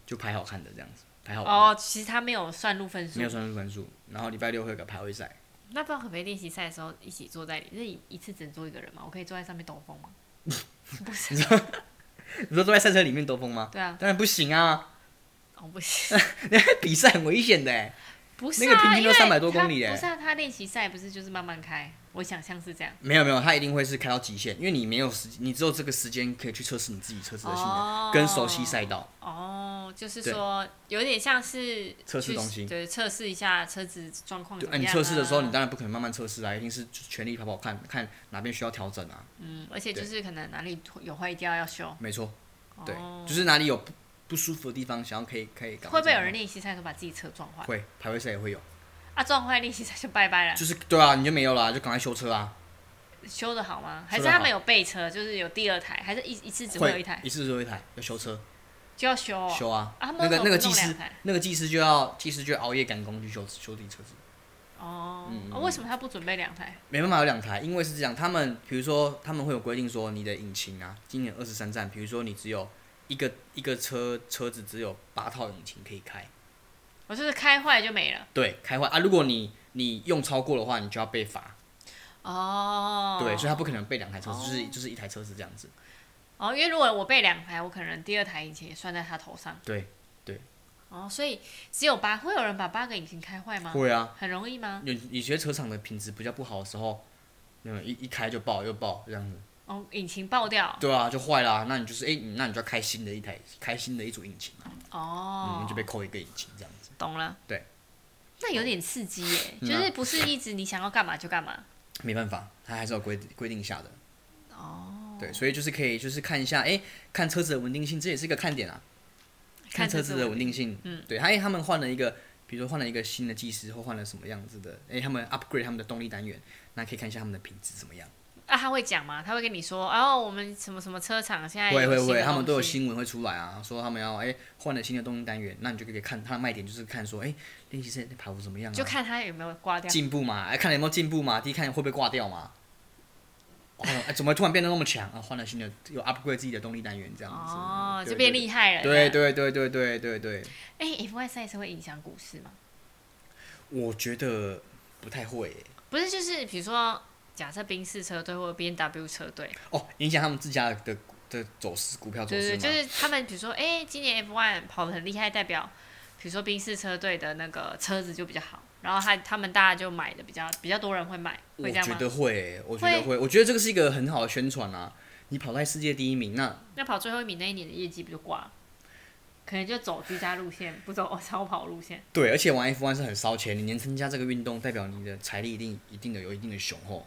Speaker 3: 就排好看的这样子，排好玩的
Speaker 5: 哦，其实他没有算入分数
Speaker 3: 没，有算入分数。然后礼拜六会有个排位赛，
Speaker 5: 那不知道可不可以练习赛的时候一起坐在里，那一一次只能坐一个人吗？我可以坐在上面兜风吗？不是，
Speaker 3: 你说坐在赛车里面兜风吗？
Speaker 5: 对啊，
Speaker 3: 当然不行啊，
Speaker 5: 哦 不行，
Speaker 3: 比赛很危险的欸。
Speaker 5: 不是啊，
Speaker 3: 那个平均
Speaker 5: 因
Speaker 3: 都
Speaker 5: 为
Speaker 3: 300多
Speaker 5: 他
Speaker 3: 公里耶
Speaker 5: 不是啊，他练习赛不是就是慢慢开，我想象是这样。
Speaker 3: 没有没有，它一定会是开到极限，因为你没有时，你只有这个时间可以去测试你自己车子的性能，
Speaker 5: 哦
Speaker 3: 跟熟悉赛道。
Speaker 5: 哦，就是
Speaker 3: 对
Speaker 5: 说有点像是
Speaker 3: 测试
Speaker 5: 去
Speaker 3: 东西
Speaker 5: 对，测试一下车子状况
Speaker 3: 对，
Speaker 5: 怎
Speaker 3: 啊，
Speaker 5: 么
Speaker 3: 你
Speaker 5: 样、
Speaker 3: 测试的时候，你当然不可能慢慢测试啊，一定是全力跑跑看看哪边需要调整啊。
Speaker 5: 嗯，而且就
Speaker 3: 对
Speaker 5: 是可能哪里有坏掉要修，
Speaker 3: 没错，对，
Speaker 5: 哦
Speaker 3: 就是哪里有不不舒服的地方，想要可以可以赶快
Speaker 5: 会不会有
Speaker 3: 整
Speaker 5: 人
Speaker 3: 理
Speaker 5: 练习赛的时候把自己车撞坏？
Speaker 3: 会排位赛也会有，
Speaker 5: 啊，撞坏练习赛就拜拜了。
Speaker 3: 就是对啊，你就没有啦，就赶快修车啊。
Speaker 5: 修的好吗？还
Speaker 3: 修
Speaker 5: 是
Speaker 3: 得
Speaker 5: 他
Speaker 3: 好
Speaker 5: 们有备车，就是有第二台，还是一一次只会有一台？
Speaker 3: 一次只有一台要修车，
Speaker 5: 就要修、哦，
Speaker 3: 修啊，
Speaker 5: 啊他们
Speaker 3: 那个
Speaker 5: 为什么
Speaker 3: 那个
Speaker 5: 不
Speaker 3: 技
Speaker 5: 弄
Speaker 3: 师
Speaker 5: 两台，
Speaker 3: 那个技师就要技师就要熬夜赶工去修修自己车子。
Speaker 5: 哦、
Speaker 3: 嗯
Speaker 5: 哦为什么他不准备两台？
Speaker 3: 没办法有两台，因为是这样，他们比如说他们会有规定说你的引擎啊，今年二十三站，比如说你只有一个一个车车子只有八套引擎可以开，
Speaker 5: 我就是开坏就没了。
Speaker 3: 对，开坏啊，如果你你用超过的话，你就要被罚，
Speaker 5: 哦，
Speaker 3: 对，所以他不可能备两台车子，
Speaker 5: 哦
Speaker 3: 就是就是一台车子这样子，
Speaker 5: 哦，因为如果我备两台，我可能第二台引擎也算在他头上。
Speaker 3: 对，
Speaker 5: 哦，所以只有八，会有人把八个引擎开坏吗？
Speaker 3: 会啊，
Speaker 5: 很容易吗？
Speaker 3: 有有些车厂的品质比较不好的时候，那么一一开就爆又爆这样子，
Speaker 5: 哦，引擎爆掉。
Speaker 3: 对啊，就坏啦、那你就是哎、你那你就要开新的一台，开新的一组引擎啊，
Speaker 5: 哦，
Speaker 3: 嗯，就被扣一个引擎这样子，
Speaker 5: 懂了。
Speaker 3: 对。
Speaker 5: 那有点刺激耶，
Speaker 3: 嗯
Speaker 5: 就
Speaker 3: 啊
Speaker 5: 是不是一直你想要干嘛就干嘛。
Speaker 3: 没办法，他还是有规规定下的。
Speaker 5: 哦，
Speaker 3: 对，所以就是可以就是看一下，哎、看车子的稳定性，这也是一个看点啊。看车子的稳定性，
Speaker 5: 嗯，
Speaker 3: 对，他因为他们换了一个，比如说换了一个新的技师，或换了什么样子的，哎、他们 upgrade 他们的动力单元，那可以看一下他们的品质怎么样。
Speaker 5: 啊，他会讲吗？他会跟你说，哦，我们什么什么车厂现在
Speaker 3: 会
Speaker 5: 有
Speaker 3: 会
Speaker 5: 新的
Speaker 3: 会，他们都有
Speaker 5: 东西
Speaker 3: 新闻会出来啊，说他们要哎换、了新的动力单元，那你就可以看它的卖点，就是看说，哎、练习生的跑步怎么样、啊，
Speaker 5: 就看他有没有刮掉。
Speaker 3: 进步嘛，哎、看有没有进步嘛，第一看会不会挂掉嘛。哦，哎、怎么突然变得那么强啊？换了新的，有 upgrade 自己的动力单元这样子，
Speaker 5: 哦，
Speaker 3: 对
Speaker 5: 就变
Speaker 3: 对
Speaker 5: 厉害了。
Speaker 3: 对
Speaker 5: 这样。
Speaker 3: 对对对对对对，
Speaker 5: 哎，F1 赛车会影响股市吗？
Speaker 3: 我觉得不太会耶
Speaker 5: 不是，就是比如说，假设宾士车队或者 B N W 车队，
Speaker 3: 哦，影响他们自家的的的走势，股票走
Speaker 5: 对
Speaker 3: 势
Speaker 5: 对，
Speaker 3: 吗？
Speaker 5: 就是他们比如说，哎，今年 F one 跑得很厉害，代表比如说宾士车队的那个车子就比较好，然后他他们大家就买的比较比较多人会买，
Speaker 3: 我
Speaker 5: 会这样
Speaker 3: 觉
Speaker 5: 吗？
Speaker 3: 得会耶，我觉得会，我觉得这个是一个很好的宣传啊。你跑在世界第一名，那
Speaker 5: 那跑最后一名那一年的业绩不就挂了？可能就走居家路线，不走 超跑路线。
Speaker 3: 对，而且玩 F1 是很烧钱，你能参加这个运动，代表你的财力一定一定的有一定的雄厚。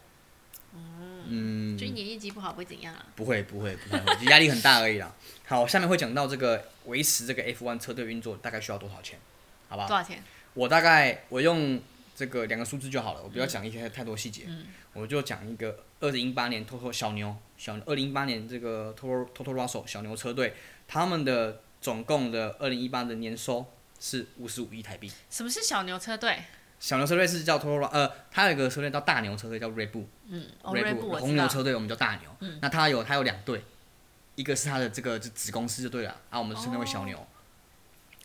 Speaker 3: 嗯，
Speaker 5: 就一年业绩不好不会怎样啊？
Speaker 3: 不会不会不会，我觉得压力很大而已啦。好，下面会讲到这个维持这个 F1 车队运作大概需要多少钱，好吧
Speaker 5: 多？少钱？
Speaker 3: 我大概我用这个两个数字就好了，我不要讲一些太多细节，我就讲一个二零一八年 Toto 小牛小二零一八年这个 Toto Toto Rosso 小牛车队他们的总共的二零一八的年收是五十五亿台币。
Speaker 5: 什么是小牛车队？
Speaker 3: 小牛车队是叫 Toro，呃，它有一个车队叫大牛车队，叫 Red Bull，
Speaker 5: 嗯，哦
Speaker 3: Red
Speaker 5: Red
Speaker 3: Bull，
Speaker 5: Bull 我
Speaker 3: 红
Speaker 5: 知
Speaker 3: 牛
Speaker 5: 道。嗯
Speaker 3: 车队我们叫大牛。那它有它有两队，一个是它的这个就子公司就对了，啊，我们称它为小牛，
Speaker 5: 哦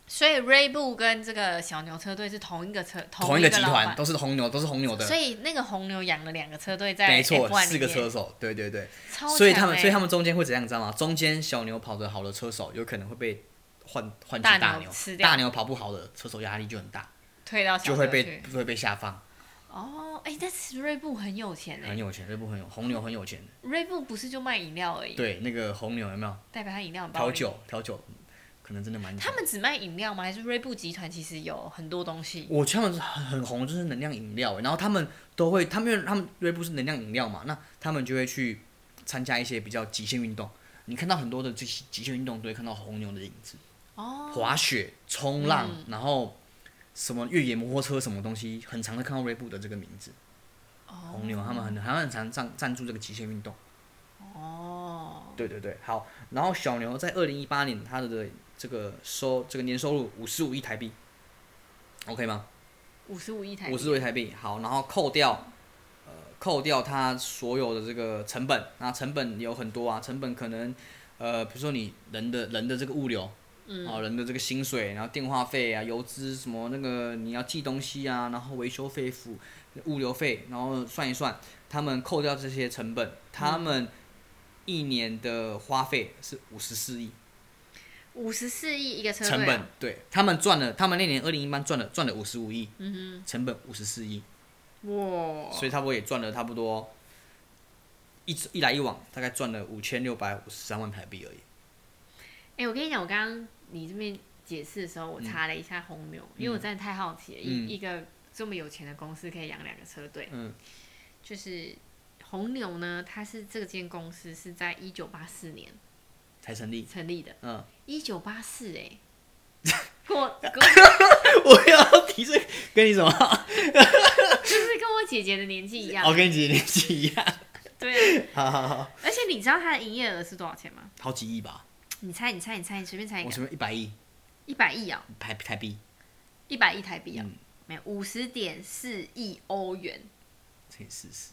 Speaker 5: 所以 Red Bull 跟这个小牛车队是同一个车，
Speaker 3: 同
Speaker 5: 一
Speaker 3: 个
Speaker 5: 个
Speaker 3: 集
Speaker 5: 老
Speaker 3: 团
Speaker 5: 板。
Speaker 3: 都是红牛，都是红牛的
Speaker 5: 所，以哎那个红牛养了两个车队在
Speaker 3: 没错，
Speaker 5: F1 里
Speaker 3: 四个
Speaker 5: 面
Speaker 3: 车，手，对对对。
Speaker 5: 超
Speaker 3: 所以
Speaker 5: 强
Speaker 3: 他们，
Speaker 5: 欸
Speaker 3: 所以他们中间会怎样，你知道吗？中间小牛跑得好的车手，有可能会被换换去
Speaker 5: 大
Speaker 3: 大
Speaker 5: 牛
Speaker 3: 牛
Speaker 5: 吃，掉
Speaker 3: 大牛跑不好的车手压力就很大，
Speaker 5: 推到小
Speaker 3: 就会
Speaker 5: 车
Speaker 3: 被
Speaker 5: 去
Speaker 3: 就会被下放。
Speaker 5: 哦，哎、但是 Red Bull 很有钱哎、
Speaker 3: 很有钱，这部很有红牛很有钱，
Speaker 5: Red Bull 不是就卖饮料而已，
Speaker 3: 对，那个红牛有没有
Speaker 5: 代表他饮料很暴
Speaker 3: 调
Speaker 5: 利。
Speaker 3: 酒调酒，可能真的蛮。
Speaker 5: 他们只卖饮料吗？还是 Red Bull 集团其实有很多东西？
Speaker 3: 我他们很很红，就是能量饮料，然后他们都会，他们因为他们瑞布是能量饮料嘛，那他们就会去参加一些比较极限运动。你看到很多的这些极限运动都会看到红牛的影子，
Speaker 5: 哦，
Speaker 3: 滑雪、冲浪，然后什么越野摩托车什么东西，很常的看到瑞布的这个名字。红牛他们很好像很常赞赞助这个极限运动。
Speaker 5: 哦，
Speaker 3: 对对对，好。然后小牛在二零一八年它的这个收这个年收入五十五亿台币，OK 吗？
Speaker 5: 五十五亿台币，
Speaker 3: 五十五亿台币，好，然后扣掉呃扣掉它所有的这个成本，那成本有很多啊，成本可能呃比如说你人的人的这个物流。
Speaker 5: 嗯
Speaker 3: 啊，人的这个薪水，然后电话费啊、油资什么那个你要寄东西啊，然后维修费、付物流费，然后算一算，他们扣掉这些成本，他
Speaker 5: 嗯
Speaker 3: 们一年的花费是五十四亿
Speaker 5: 五十四亿一个车队啊
Speaker 3: 成本，，对他们赚了，他们那年二零一八赚了赚了五十五亿，
Speaker 5: 嗯
Speaker 3: 成本五十四亿，
Speaker 5: 哼，哇，
Speaker 3: 所以差不多也赚了差不多一一来一往，大概赚了五千六百五十三万台币而已。
Speaker 5: 哎、我跟你讲，我刚刚你这边解释的时候，我查了一下红牛，因为我真的太好奇了，
Speaker 3: 嗯
Speaker 5: 一一个这么有钱的公司可以养两个车队，
Speaker 3: 嗯，
Speaker 5: 就是红牛呢，它是这间公司是在一九八四年
Speaker 3: 才成立。
Speaker 5: 成立的，
Speaker 3: 嗯，
Speaker 5: 一九八四哎，过过
Speaker 3: 我要提这个跟你什么？
Speaker 5: 就是跟我姐姐的年纪一样
Speaker 3: 我，跟你姐姐年纪一样。
Speaker 5: 对啊，
Speaker 3: 好好好，
Speaker 5: 而且你知道它的营业额是多少钱吗？
Speaker 3: 好几亿吧？
Speaker 5: 你猜，你猜，你猜，你随便猜一
Speaker 3: 我
Speaker 5: 个，
Speaker 3: 什么一百亿
Speaker 5: 一百亿啊，
Speaker 3: 台台币，
Speaker 5: 一百亿台币啊，
Speaker 3: 嗯
Speaker 5: 没有五十点四亿欧元，
Speaker 3: 乘以四十，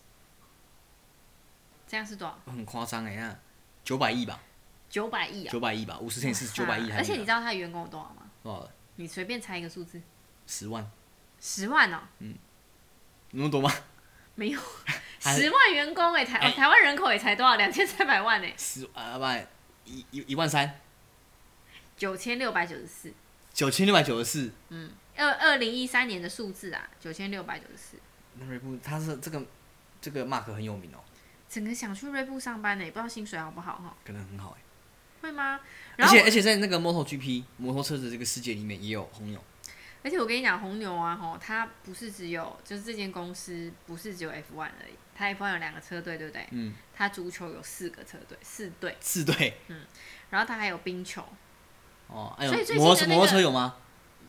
Speaker 5: 这样是多少？
Speaker 3: 很夸张哎，那九百亿吧，
Speaker 5: 九百亿啊
Speaker 3: 九，百亿吧，五十乘以四十九百亿台
Speaker 5: 啊
Speaker 3: 币吧，
Speaker 5: 而且你知道他的员工有多少吗？
Speaker 3: 多少？
Speaker 5: 你随便猜一个数字，
Speaker 3: 十万，
Speaker 5: 十万哦，
Speaker 3: 那么多吗？
Speaker 5: 没有，
Speaker 3: 还是
Speaker 5: 十万员工哎、台、
Speaker 3: 哎
Speaker 5: 台湾人口也才多少？两千三百万哎、
Speaker 3: 十啊不，一一一万三，
Speaker 5: 九千六百九十四，
Speaker 3: 九千六百九十四。
Speaker 5: 二二零一三年的数字啊，九千六百九十四。
Speaker 3: 那瑞布他是这个这个 Mark 很有名哦，
Speaker 5: 整个想去瑞布上班呢、欸也不知道薪水好不好哈？
Speaker 3: 可能很好哎。
Speaker 5: 会吗？
Speaker 3: 而
Speaker 5: 然后
Speaker 3: 且而且在那个 MotoGP 摩托车的这个世界里面也有红牛，
Speaker 5: 而且我跟你讲，红牛啊，吼，它不是只有，就是这间公司不是只有 F1 而已，它 F1 有两个车队，对不对？
Speaker 3: 嗯，
Speaker 5: 它足球有四个车队，四队，
Speaker 3: 四队
Speaker 5: 然后它还有冰球、
Speaker 3: 哦，还有
Speaker 5: 所以最近
Speaker 3: 摩托
Speaker 5: 的
Speaker 3: 车
Speaker 5: 那个
Speaker 3: 摩托车有吗？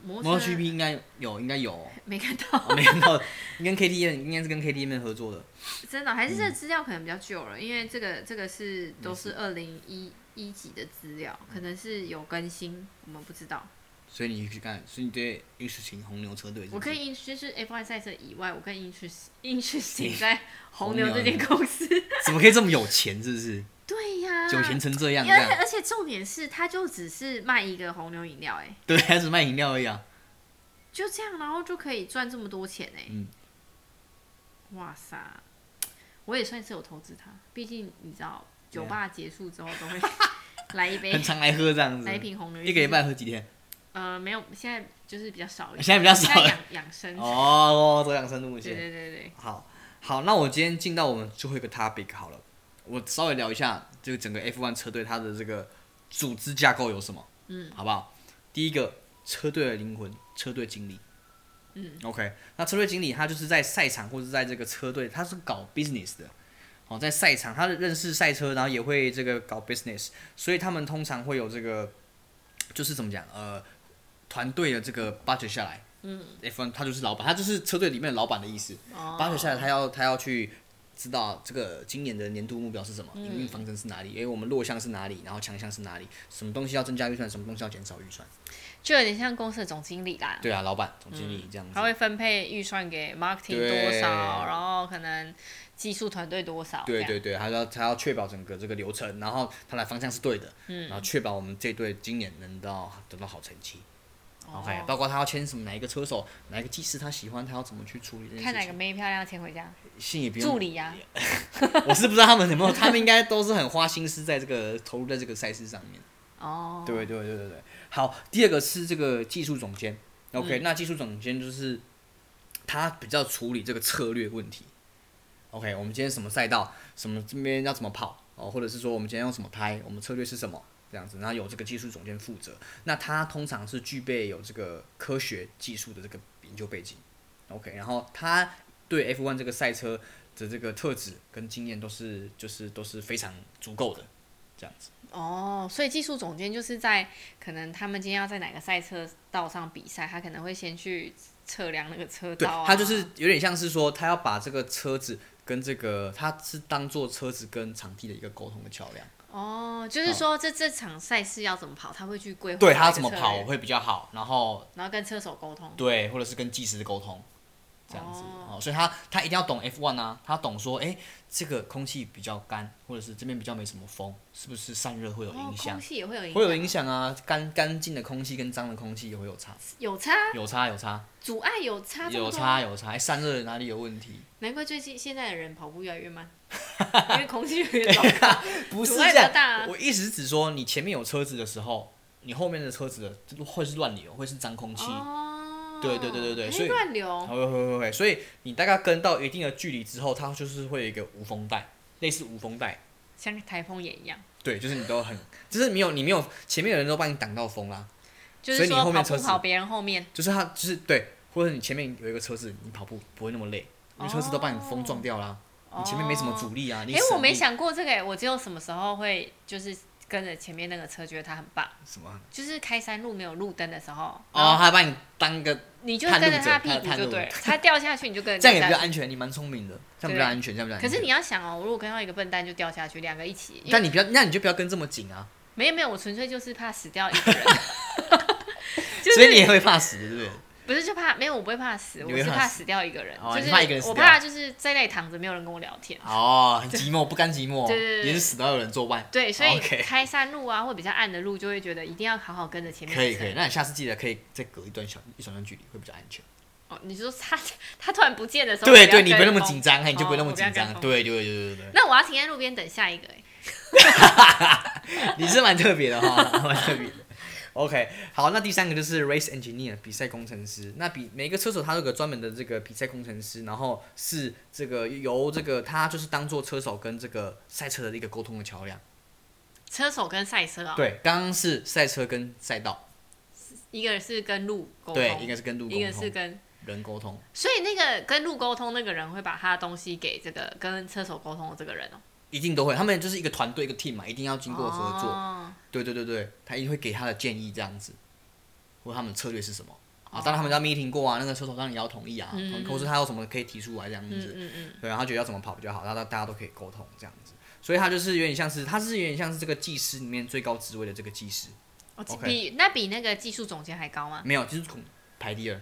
Speaker 5: 摩
Speaker 3: 摩
Speaker 5: 托
Speaker 3: 托
Speaker 5: 车
Speaker 3: GP 应该有，应该有哦，
Speaker 5: 没看到，
Speaker 3: 哦没 看到，跟 KTM 应该是跟 KTM 合作的，
Speaker 5: 真的还是这
Speaker 3: 嗯
Speaker 5: 个资料可能比较旧了，因为这个这个是都是二零一一级的资料，可能是有更新，我们不知道。
Speaker 3: 所以你去看，所以你对 i n s t 红牛车队是不是，
Speaker 5: 我可以 in 就是 F1 赛车以外，我更 interest interesting 在红牛这间公司。
Speaker 3: 怎么可以这么有钱？是不是
Speaker 5: 对呀、
Speaker 3: 有钱成这样？这
Speaker 5: 而且
Speaker 3: 样
Speaker 5: 而且重啊点是，他就只是卖一个红牛饮料、哎，
Speaker 3: 对，还是卖饮料而已啊。
Speaker 5: 就这样，然后就可以赚这么多钱、哎、
Speaker 3: 嗯
Speaker 5: 哇塞，我也算是有投资他，毕竟你知道，酒吧结束之后都 会来一杯
Speaker 3: 啊很，常来喝这样子
Speaker 5: 来，一瓶红牛，
Speaker 3: 嗯一个礼拜喝几天？
Speaker 5: 呃，没有，现在就是比较少一点，
Speaker 3: 现在比较少
Speaker 5: 现在养养生，
Speaker 3: 哦，走养生路
Speaker 5: 对
Speaker 3: 线。
Speaker 5: 对对对，
Speaker 3: 好好，那我今天进到我们最后一个 topic 好了，我稍微聊一下这个整个 F1 车队它的这个组织架构有什么，
Speaker 5: 嗯，
Speaker 3: 好不好？第一个，车队的灵魂，车队经理。
Speaker 5: 嗯
Speaker 3: ，OK，那车队经理他就是在赛场或者在这个车队，他是搞 business 的。哦，在赛场，他认识赛车，然后也会这个搞 business，所以他们通常会有这个，就是怎么讲，呃，团队的这个 budget 下来，
Speaker 5: 嗯
Speaker 3: ，F1 他就是老板，他就是车队里面的老板的意思。
Speaker 5: 哦，
Speaker 3: 八月下来，他要他要去知道这个今年的年度目标是什么，
Speaker 5: 嗯
Speaker 3: 营运方针是哪里，诶，我们落项是哪里，然后强项是哪里，什么东西要增加预算，什么东西要减少预算。
Speaker 5: 就有点像公司的总经理啦，
Speaker 3: 对啊，老板、总经理这样子。
Speaker 5: 嗯他会分配预算给 marketing
Speaker 3: 对
Speaker 5: 多少，然后可能技术团队多少，
Speaker 3: 对
Speaker 5: 这样
Speaker 3: 对对，他要他要确保整个这个流程，然后他的方向是对的，
Speaker 5: 嗯
Speaker 3: 然后确保我们这队今年能到得到好成绩。OK，、
Speaker 5: 哦
Speaker 3: 包括他要签什么哪一个车手，哪一个技师他喜欢，他要怎么去处理这件
Speaker 5: 看
Speaker 3: 事
Speaker 5: 哪个
Speaker 3: 情。
Speaker 5: 妹漂亮，先回家。
Speaker 3: 信也不用
Speaker 5: 助理呀、
Speaker 3: 我是不知道他们有没有，他们应该都是很花心思在这个投入在这个赛事上面。
Speaker 5: 哦，
Speaker 3: 对对对对对。好，第二个是这个技术总监。OK，、那技术总监就是他比较处理这个策略问题。OK，我们今天什么赛道，什么这边要怎么跑哦，或者是说我们今天用什么胎，我们策略是什么这样子，然后由这个技术总监负责。那他通常是具备有这个科学技术的这个研究背景。OK，然后他对 F1 这个赛车的这个特质跟经验都是就是都是非常足够的这样子。
Speaker 5: 哦，所以技术总监就是在可能他们今天要在哪个赛车道上比赛，他可能会先去测量那个车
Speaker 3: 对
Speaker 5: 道、啊，，
Speaker 3: 他就是有点像是说，他要把这个车子跟这个，他是当做车子跟场地的一个沟通的桥梁。
Speaker 5: 哦，就是说这这场赛事要怎么跑，他会去规划
Speaker 3: 对他
Speaker 5: 哪
Speaker 3: 要
Speaker 5: 个
Speaker 3: 怎么
Speaker 5: 策
Speaker 3: 跑
Speaker 5: 略
Speaker 3: 会比较好，然后
Speaker 5: 然后跟车手沟通。
Speaker 3: 对，或者是跟技师的沟通，这样子
Speaker 5: 哦
Speaker 3: 哦所以他他一定要懂 F1 啊，他懂说，哎，这个空气比较干，或者是这边比较没什么风，是不是散热会有
Speaker 5: 哦
Speaker 3: 影，响
Speaker 5: 空？气也会有影响，
Speaker 3: 会有影，响啊，干干净的空气跟脏的空气也会有差，
Speaker 5: 有差，
Speaker 3: 有差有差
Speaker 5: 阻碍有差，
Speaker 3: 有差，有差，哎散热哪里有问题？
Speaker 5: 难怪最近现在的人跑步越来越慢，因为空气越来越 糟糕。
Speaker 3: 不是
Speaker 5: 阻碍
Speaker 3: 这
Speaker 5: 比较
Speaker 3: 样，
Speaker 5: 大啊
Speaker 3: 我意思是指说，你前面有车子的时候，你后面的车子的会是乱流，会是脏空气，
Speaker 5: 哦，
Speaker 3: 对对对对对
Speaker 5: 还
Speaker 3: 所以
Speaker 5: 乱流
Speaker 3: 会会会会，所以你大概跟到一定的距离之后，它就是会有一个无风带，类似无风带，
Speaker 5: 像台风眼一样，
Speaker 3: 对，就是你都很，就是没有你没有前面有人都帮你挡到风啦，
Speaker 5: 就
Speaker 3: 所
Speaker 5: 是
Speaker 3: 以你
Speaker 5: 说
Speaker 3: 后面
Speaker 5: 跑
Speaker 3: 车
Speaker 5: 步
Speaker 3: 子
Speaker 5: 跑别人后面，
Speaker 3: 就是它就是对，或者你前面有一个车子，你跑步不会那么累，因为车子都把你风撞掉啦，你前面没什么阻力啊，你
Speaker 5: 哎、哦我
Speaker 3: 省
Speaker 5: 没
Speaker 3: 力
Speaker 5: 想过这个、欸，我只有什么时候会就是跟着前面那个车，觉得它很棒，
Speaker 3: 什么啊
Speaker 5: 就是开山路没有路灯的时候，
Speaker 3: 哦，
Speaker 5: 哦，
Speaker 3: 他把你当个
Speaker 5: 你就跟着它屁
Speaker 3: 探路者
Speaker 5: 股就对
Speaker 3: 探
Speaker 5: 了
Speaker 3: 路，
Speaker 5: 它掉下去你就跟着
Speaker 3: 这样也
Speaker 5: 掉
Speaker 3: 比较
Speaker 5: 下去
Speaker 3: 安全，你蛮聪明的，这样比较安全，这样比较安
Speaker 5: 啊可
Speaker 3: 全。
Speaker 5: 是你要想哦，我如果跟到一个笨蛋就掉下去，两个一起，因为
Speaker 3: 但你不要，那你就不要跟这么紧啊。
Speaker 5: 没有没有，我纯粹就是怕死掉一 个人，就
Speaker 3: 所以你也
Speaker 5: 是
Speaker 3: 会怕死，对不对？
Speaker 5: 不是就怕没有，我不会怕死，
Speaker 3: 你
Speaker 5: 我
Speaker 3: 会
Speaker 5: 是
Speaker 3: 怕
Speaker 5: 怕
Speaker 3: 死
Speaker 5: 死掉一个人，
Speaker 3: 哦
Speaker 5: 就
Speaker 3: 你
Speaker 5: 是
Speaker 3: 怕一个人死
Speaker 5: 我
Speaker 3: 掉
Speaker 5: 怕就是在那里躺着没有人跟我聊天。
Speaker 3: 哦，很寂寞，不甘寂寞，
Speaker 5: 对对对对
Speaker 3: 也是死都要有人作伴。哦
Speaker 5: 对，所以
Speaker 3: OK
Speaker 5: 开山路啊，或比较暗的路，就会觉得一定要好好跟着前 面
Speaker 3: 可
Speaker 5: 的
Speaker 3: 以
Speaker 5: 车。
Speaker 3: 可以，那你下次记得可以再隔一段小一小段距离，会比较安全。
Speaker 5: 哦，你是说他 他突然不见的时候，
Speaker 3: 对
Speaker 5: 我
Speaker 3: 对，
Speaker 5: 跟
Speaker 3: 你不会那么
Speaker 5: 风
Speaker 3: 紧张，嘿你就不会那么紧
Speaker 5: 哦我不要跟
Speaker 3: 张。
Speaker 5: 风
Speaker 3: 对对对对对
Speaker 5: 那我要停在路边等下一个、欸，
Speaker 3: 对，你是蛮特别的哈，蛮特别的。OK，好，那第三个就是 race engineer 比赛工程师。那比每一个车手他都有个专门的这个比赛工程师，然后是这个由这个他就是当做车手跟这个赛车的一个沟通的桥梁。
Speaker 5: 车手跟赛车啊、
Speaker 3: 对，刚刚是赛车跟赛道，
Speaker 5: 一个是跟路沟通，
Speaker 3: 对，一个是跟路沟
Speaker 5: 一个是
Speaker 3: 通，
Speaker 5: 跟，
Speaker 3: 人沟通。
Speaker 5: 所以那个跟路沟通那个人会把他的东西给这个跟车手沟通的这个人哦、
Speaker 3: 一定都会，他们就是一个团队一个 team 嘛，一定要经过合作。
Speaker 5: 哦
Speaker 3: 对对对对，他一定会给他的建议这样子，或他们策略是什么啊？当然他们要 meeting 过啊，那个车手当然也要同意啊，
Speaker 5: 嗯哦嗯
Speaker 3: 同或是他有什么可以提出来这样
Speaker 5: 嗯
Speaker 3: 子，
Speaker 5: 嗯嗯，
Speaker 3: 对，然后他觉得要怎么跑比较好，大家大家都可以沟通这样子，所以他就是有点像是，他是有点像是这个技师里面最高职位的这个技师，
Speaker 5: 哦
Speaker 3: OK
Speaker 5: 比那比那个技术总监还高吗？
Speaker 3: 没有，就是恐排第二，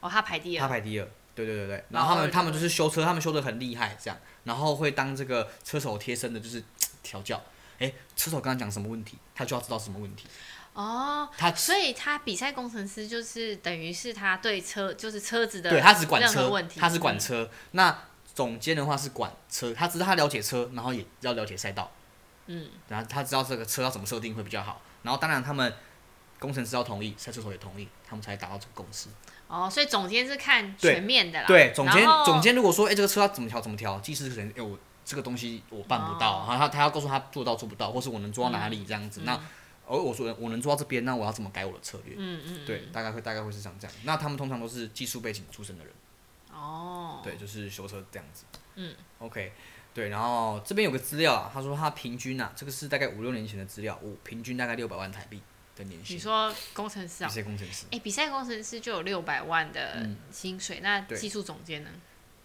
Speaker 5: 哦，他排第
Speaker 3: 他
Speaker 5: 二，
Speaker 3: 排第二。对对对对，
Speaker 5: 然
Speaker 3: 然
Speaker 5: 后
Speaker 3: 后他们
Speaker 5: 二
Speaker 3: 他们就是修车，他们修的很厉害，这样，然后会当这个车手贴身的，就是调教。哎，车手刚刚讲什么问题，他就要知道什么问题。
Speaker 5: 哦。
Speaker 3: 他
Speaker 5: 所以他比赛工程师就是等于是他对车就是车子的
Speaker 3: 对他只管
Speaker 5: 任何
Speaker 3: 车
Speaker 5: 问，题，
Speaker 3: 他只管
Speaker 5: 嗯
Speaker 3: 车。那总监的话是管车，他知道他了解车，然后也要了解赛道，
Speaker 5: 嗯，
Speaker 3: 然后他知道这个车要怎么设定会比较好。然后当然他们工程师要同意，赛车手也同意，他们才达到这个共识。
Speaker 5: 哦，所以总监是看
Speaker 3: 对
Speaker 5: 全面的啦。
Speaker 3: 对，总监
Speaker 5: 然后
Speaker 3: 总监如果说，哎、这个车要怎么调怎么调，技师可能，哎、我这个东西我办不到，
Speaker 5: 哦嗯
Speaker 3: 然后他他要告诉他做到做不到，或是我能做到哪里这样子。那而我说我能做到这边，那我要怎么改我的策略？
Speaker 5: 嗯嗯，
Speaker 3: 对，大概会大概会是像这样。那他们通常都是技术背景出身的人。
Speaker 5: 哦，
Speaker 3: 对，，就是修车这样子。
Speaker 5: 嗯
Speaker 3: ，OK，对，然后这边有个资料啊，他说他平均啊，这个是大概五六年前的资料，我平均大概六百万台币的年薪。
Speaker 5: 你说工程师
Speaker 3: 这
Speaker 5: 啊、
Speaker 3: 些工程师
Speaker 5: 哎、，比赛工程师就有六百万的
Speaker 3: 嗯
Speaker 5: 薪水，那
Speaker 3: 对
Speaker 5: 技术总监呢？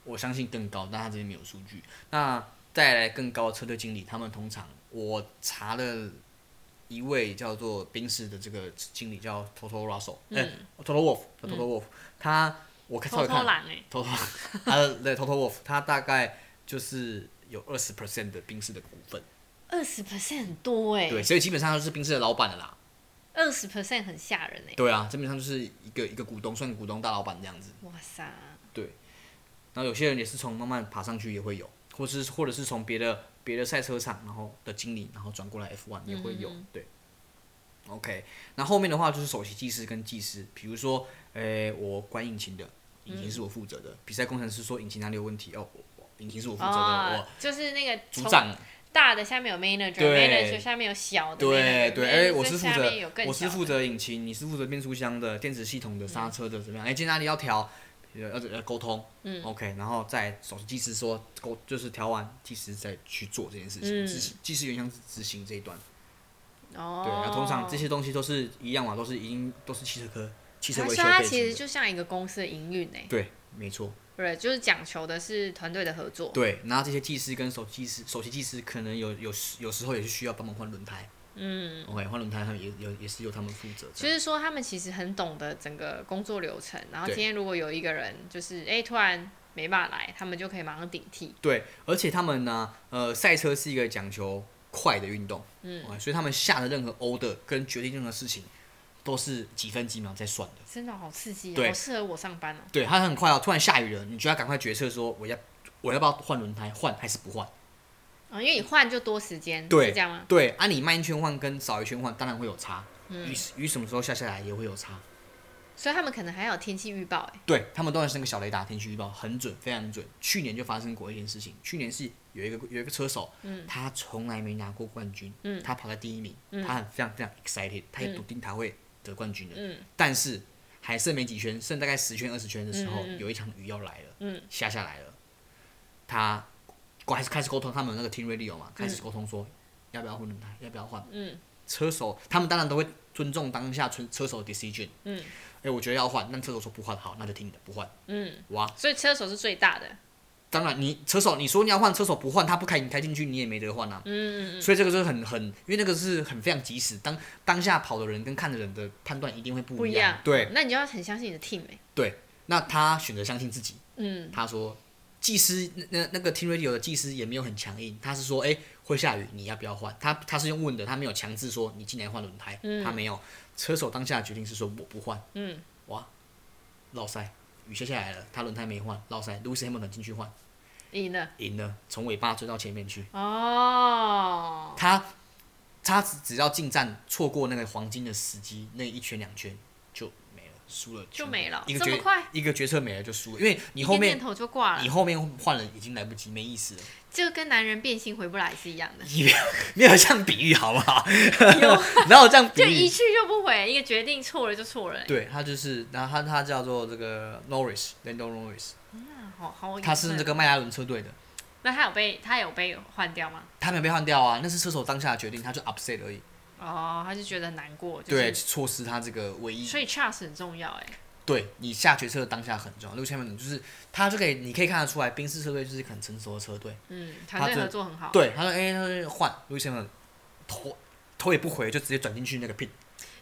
Speaker 3: 我相信更高，但他这边没有数据。那再来更高的车队经理，他们通常我查了一位叫做宾士的这个经理叫 Toto Russell，哎、Toto Wolf，叫 Toto Wolf，、他我看稍
Speaker 5: 嗯偷
Speaker 3: 微
Speaker 5: 偷
Speaker 3: 看，
Speaker 5: 懒哎、
Speaker 3: Toto，他的对 Toto Wolf，他大概就是有二十 percent 的宾士的股份。
Speaker 5: 2二十 percent 很多哎、
Speaker 3: 对，所以基本上就是宾士的老板了啦。
Speaker 5: 二十 percent 很吓人哎、
Speaker 3: 对啊，基本上就是一个一个股东，算股东大老板这样子。
Speaker 5: 哇塞，
Speaker 3: 然后有些人也是从慢慢爬上去也会有，或是或者是从别的别的赛车场，然后的经理，然后转过来 F1 也会有。
Speaker 5: 嗯
Speaker 3: 对，OK，那后面的话就是首席技师跟技师，比如说，诶、我管引擎的，引擎
Speaker 5: 嗯
Speaker 3: 是我负责的。比赛工程师说引擎哪里有问题，哦，我我引擎是我负责的，
Speaker 5: 哦
Speaker 3: 我，
Speaker 5: 就是那个
Speaker 3: 组
Speaker 5: 从
Speaker 3: 长。
Speaker 5: 大的下面有 manager，manager
Speaker 3: 对
Speaker 5: 下面有小的 manager，
Speaker 3: 对对，哎、
Speaker 5: manager
Speaker 3: 我是负
Speaker 5: 下面有
Speaker 3: 责，
Speaker 5: 更
Speaker 3: 我是
Speaker 5: 小
Speaker 3: 负
Speaker 5: 的
Speaker 3: 责引擎，你是负责变速箱的、电子系统的、刹车的，怎么样？哎、今天哪里要调？呃要要要沟通，
Speaker 5: 嗯
Speaker 3: ，OK，然后再首席技师说沟就是调完，技师再去做这件事情，
Speaker 5: 嗯
Speaker 3: 执行技师原像是执行这一段，
Speaker 5: 哦，
Speaker 3: 对，然后通常这些东西都是一样嘛，都是已经都是汽车科汽车
Speaker 5: 啊
Speaker 3: 维
Speaker 5: 所以
Speaker 3: 修
Speaker 5: 它
Speaker 3: 背
Speaker 5: 其
Speaker 3: 景
Speaker 5: 实
Speaker 3: 的
Speaker 5: 就像一个公司的营运哎，
Speaker 3: 对，没错，
Speaker 5: 对，就是讲求的是团队的合作，
Speaker 3: 对，然后这些技师跟首席技师，首席技师可能有有时有时候也是需要帮忙换轮胎
Speaker 5: 嗯，
Speaker 3: ，OK，换轮胎他们也也也是由他们负责这
Speaker 5: 就
Speaker 3: 样，
Speaker 5: 是说，他们其实很懂得整个工作流程。然后
Speaker 3: 对
Speaker 5: 今天如果有一个人就是哎、突然没办法来，他们就可以马上顶替。
Speaker 3: 对，而且他们呢，呃，赛车是一个讲求快的运动，嗯，所以他们下的任何 order 跟决定任何事情，都是几分几秒在算的。
Speaker 5: 真的好刺激，啊
Speaker 3: 对
Speaker 5: 好适合我上班哦、
Speaker 3: 对，他很快哦，突然下雨了，你就要赶快决策说我要我要不要换轮胎，换还是不换？
Speaker 5: 啊！因为你换就多时间，
Speaker 3: 对，
Speaker 5: 是这样吗？
Speaker 3: 对，啊，你慢一圈换跟少一圈换，当然会有差。
Speaker 5: 嗯
Speaker 3: 雨雨什么时候下下来也会有差。
Speaker 5: 所以他们可能还有天气预报、哎，
Speaker 3: 对他们都是那个小雷达天气预报，很准，非常准。去年就发生过一件事情，去年是有一个有一个车手，他从来没拿过冠军，
Speaker 5: 嗯
Speaker 3: 他跑在第一名，
Speaker 5: 嗯
Speaker 3: 他很非常非常 excited，他也
Speaker 5: 嗯
Speaker 3: 笃定他会得冠军的，
Speaker 5: 嗯
Speaker 3: 但是还剩没几圈，剩大概十圈二十圈的时候，
Speaker 5: 嗯嗯嗯
Speaker 3: 有一场雨要来了，
Speaker 5: 嗯
Speaker 3: 下下来了，他还是开始沟通，他们有那个 team radio 嘛，开始沟通说、要不要换轮胎，要不要换
Speaker 5: 嗯
Speaker 3: 车手，他们当然都会尊重当下车车手的 decision，
Speaker 5: 嗯
Speaker 3: 哎、我觉得要换，但车手说不换，好，那就听你的，不换。
Speaker 5: 嗯，
Speaker 3: 哇，
Speaker 5: 所以车手是最大的，
Speaker 3: 当然你车手你说你要换车手不换，他不开你开进去你也没得换啊。
Speaker 5: 嗯嗯嗯，
Speaker 3: 所以这个就是很很，因为那个是很非常及时，当当下跑的人跟看的人的判断一定会
Speaker 5: 不
Speaker 3: 不
Speaker 5: 一
Speaker 3: 一
Speaker 5: 样。哦
Speaker 3: 对
Speaker 5: 那你就要很相信你的 team 欸
Speaker 3: 对，那他选择相信自己，
Speaker 5: 嗯
Speaker 3: 他说技师那那那个 Team Radio 的技师也没有很强硬，他是说哎、诶会下雨，你要不要换？他他是用问的，他没有强制说你进来换轮胎，他没有。车手当下的决定是说我不换，
Speaker 5: 嗯，
Speaker 3: 哇，绕赛，雨下下来了，他轮胎没换，绕赛，Lewis Hamilton 进去换，
Speaker 5: 赢了
Speaker 3: 赢了，从尾巴追到前面去。
Speaker 5: 哦，
Speaker 3: 他他只只要进站错过那个黄金的时机，那一圈两圈就没了，输了
Speaker 5: 就
Speaker 3: 全部
Speaker 5: 没了
Speaker 3: 一个
Speaker 5: 这么
Speaker 3: 决
Speaker 5: 快
Speaker 3: 一个决策没了就输了，因为你
Speaker 5: 一
Speaker 3: 后
Speaker 5: 个念
Speaker 3: 面
Speaker 5: 头就挂
Speaker 3: 你
Speaker 5: 了，
Speaker 3: 后面换人已经来不及，没意思了，，
Speaker 5: 这个跟男人变性回不来是一样的
Speaker 3: 你没有 没有这样比喻好不好？ 哪有这样比
Speaker 5: 就一
Speaker 3: 喻？
Speaker 5: 去就不回，一个决定错了就错了欸。
Speaker 3: 对他就是，然后他他叫做这个 Norris，Lando Norris，
Speaker 5: 啊，好好有趣，
Speaker 3: 他是这个迈阿伦车队的，
Speaker 5: 那他有被他有被换掉吗？
Speaker 3: 他没有被换掉啊，那是车手当下的决定，他就 upset 而已，
Speaker 5: 哦，他就觉得很难过，就
Speaker 3: 对，
Speaker 5: 是
Speaker 3: 错失他这个唯一
Speaker 5: 所以 Charles 很重要哎，
Speaker 3: 对你下决策的当下很重要。六千万就是他就可以，你可以看得出来，宾士车队就是很成熟的车队。
Speaker 5: 嗯，团队
Speaker 3: 他这
Speaker 5: 合作很好，，
Speaker 3: 对，他说：“哎、他说换六千万，头头也不回，就直接转进去那个 pit。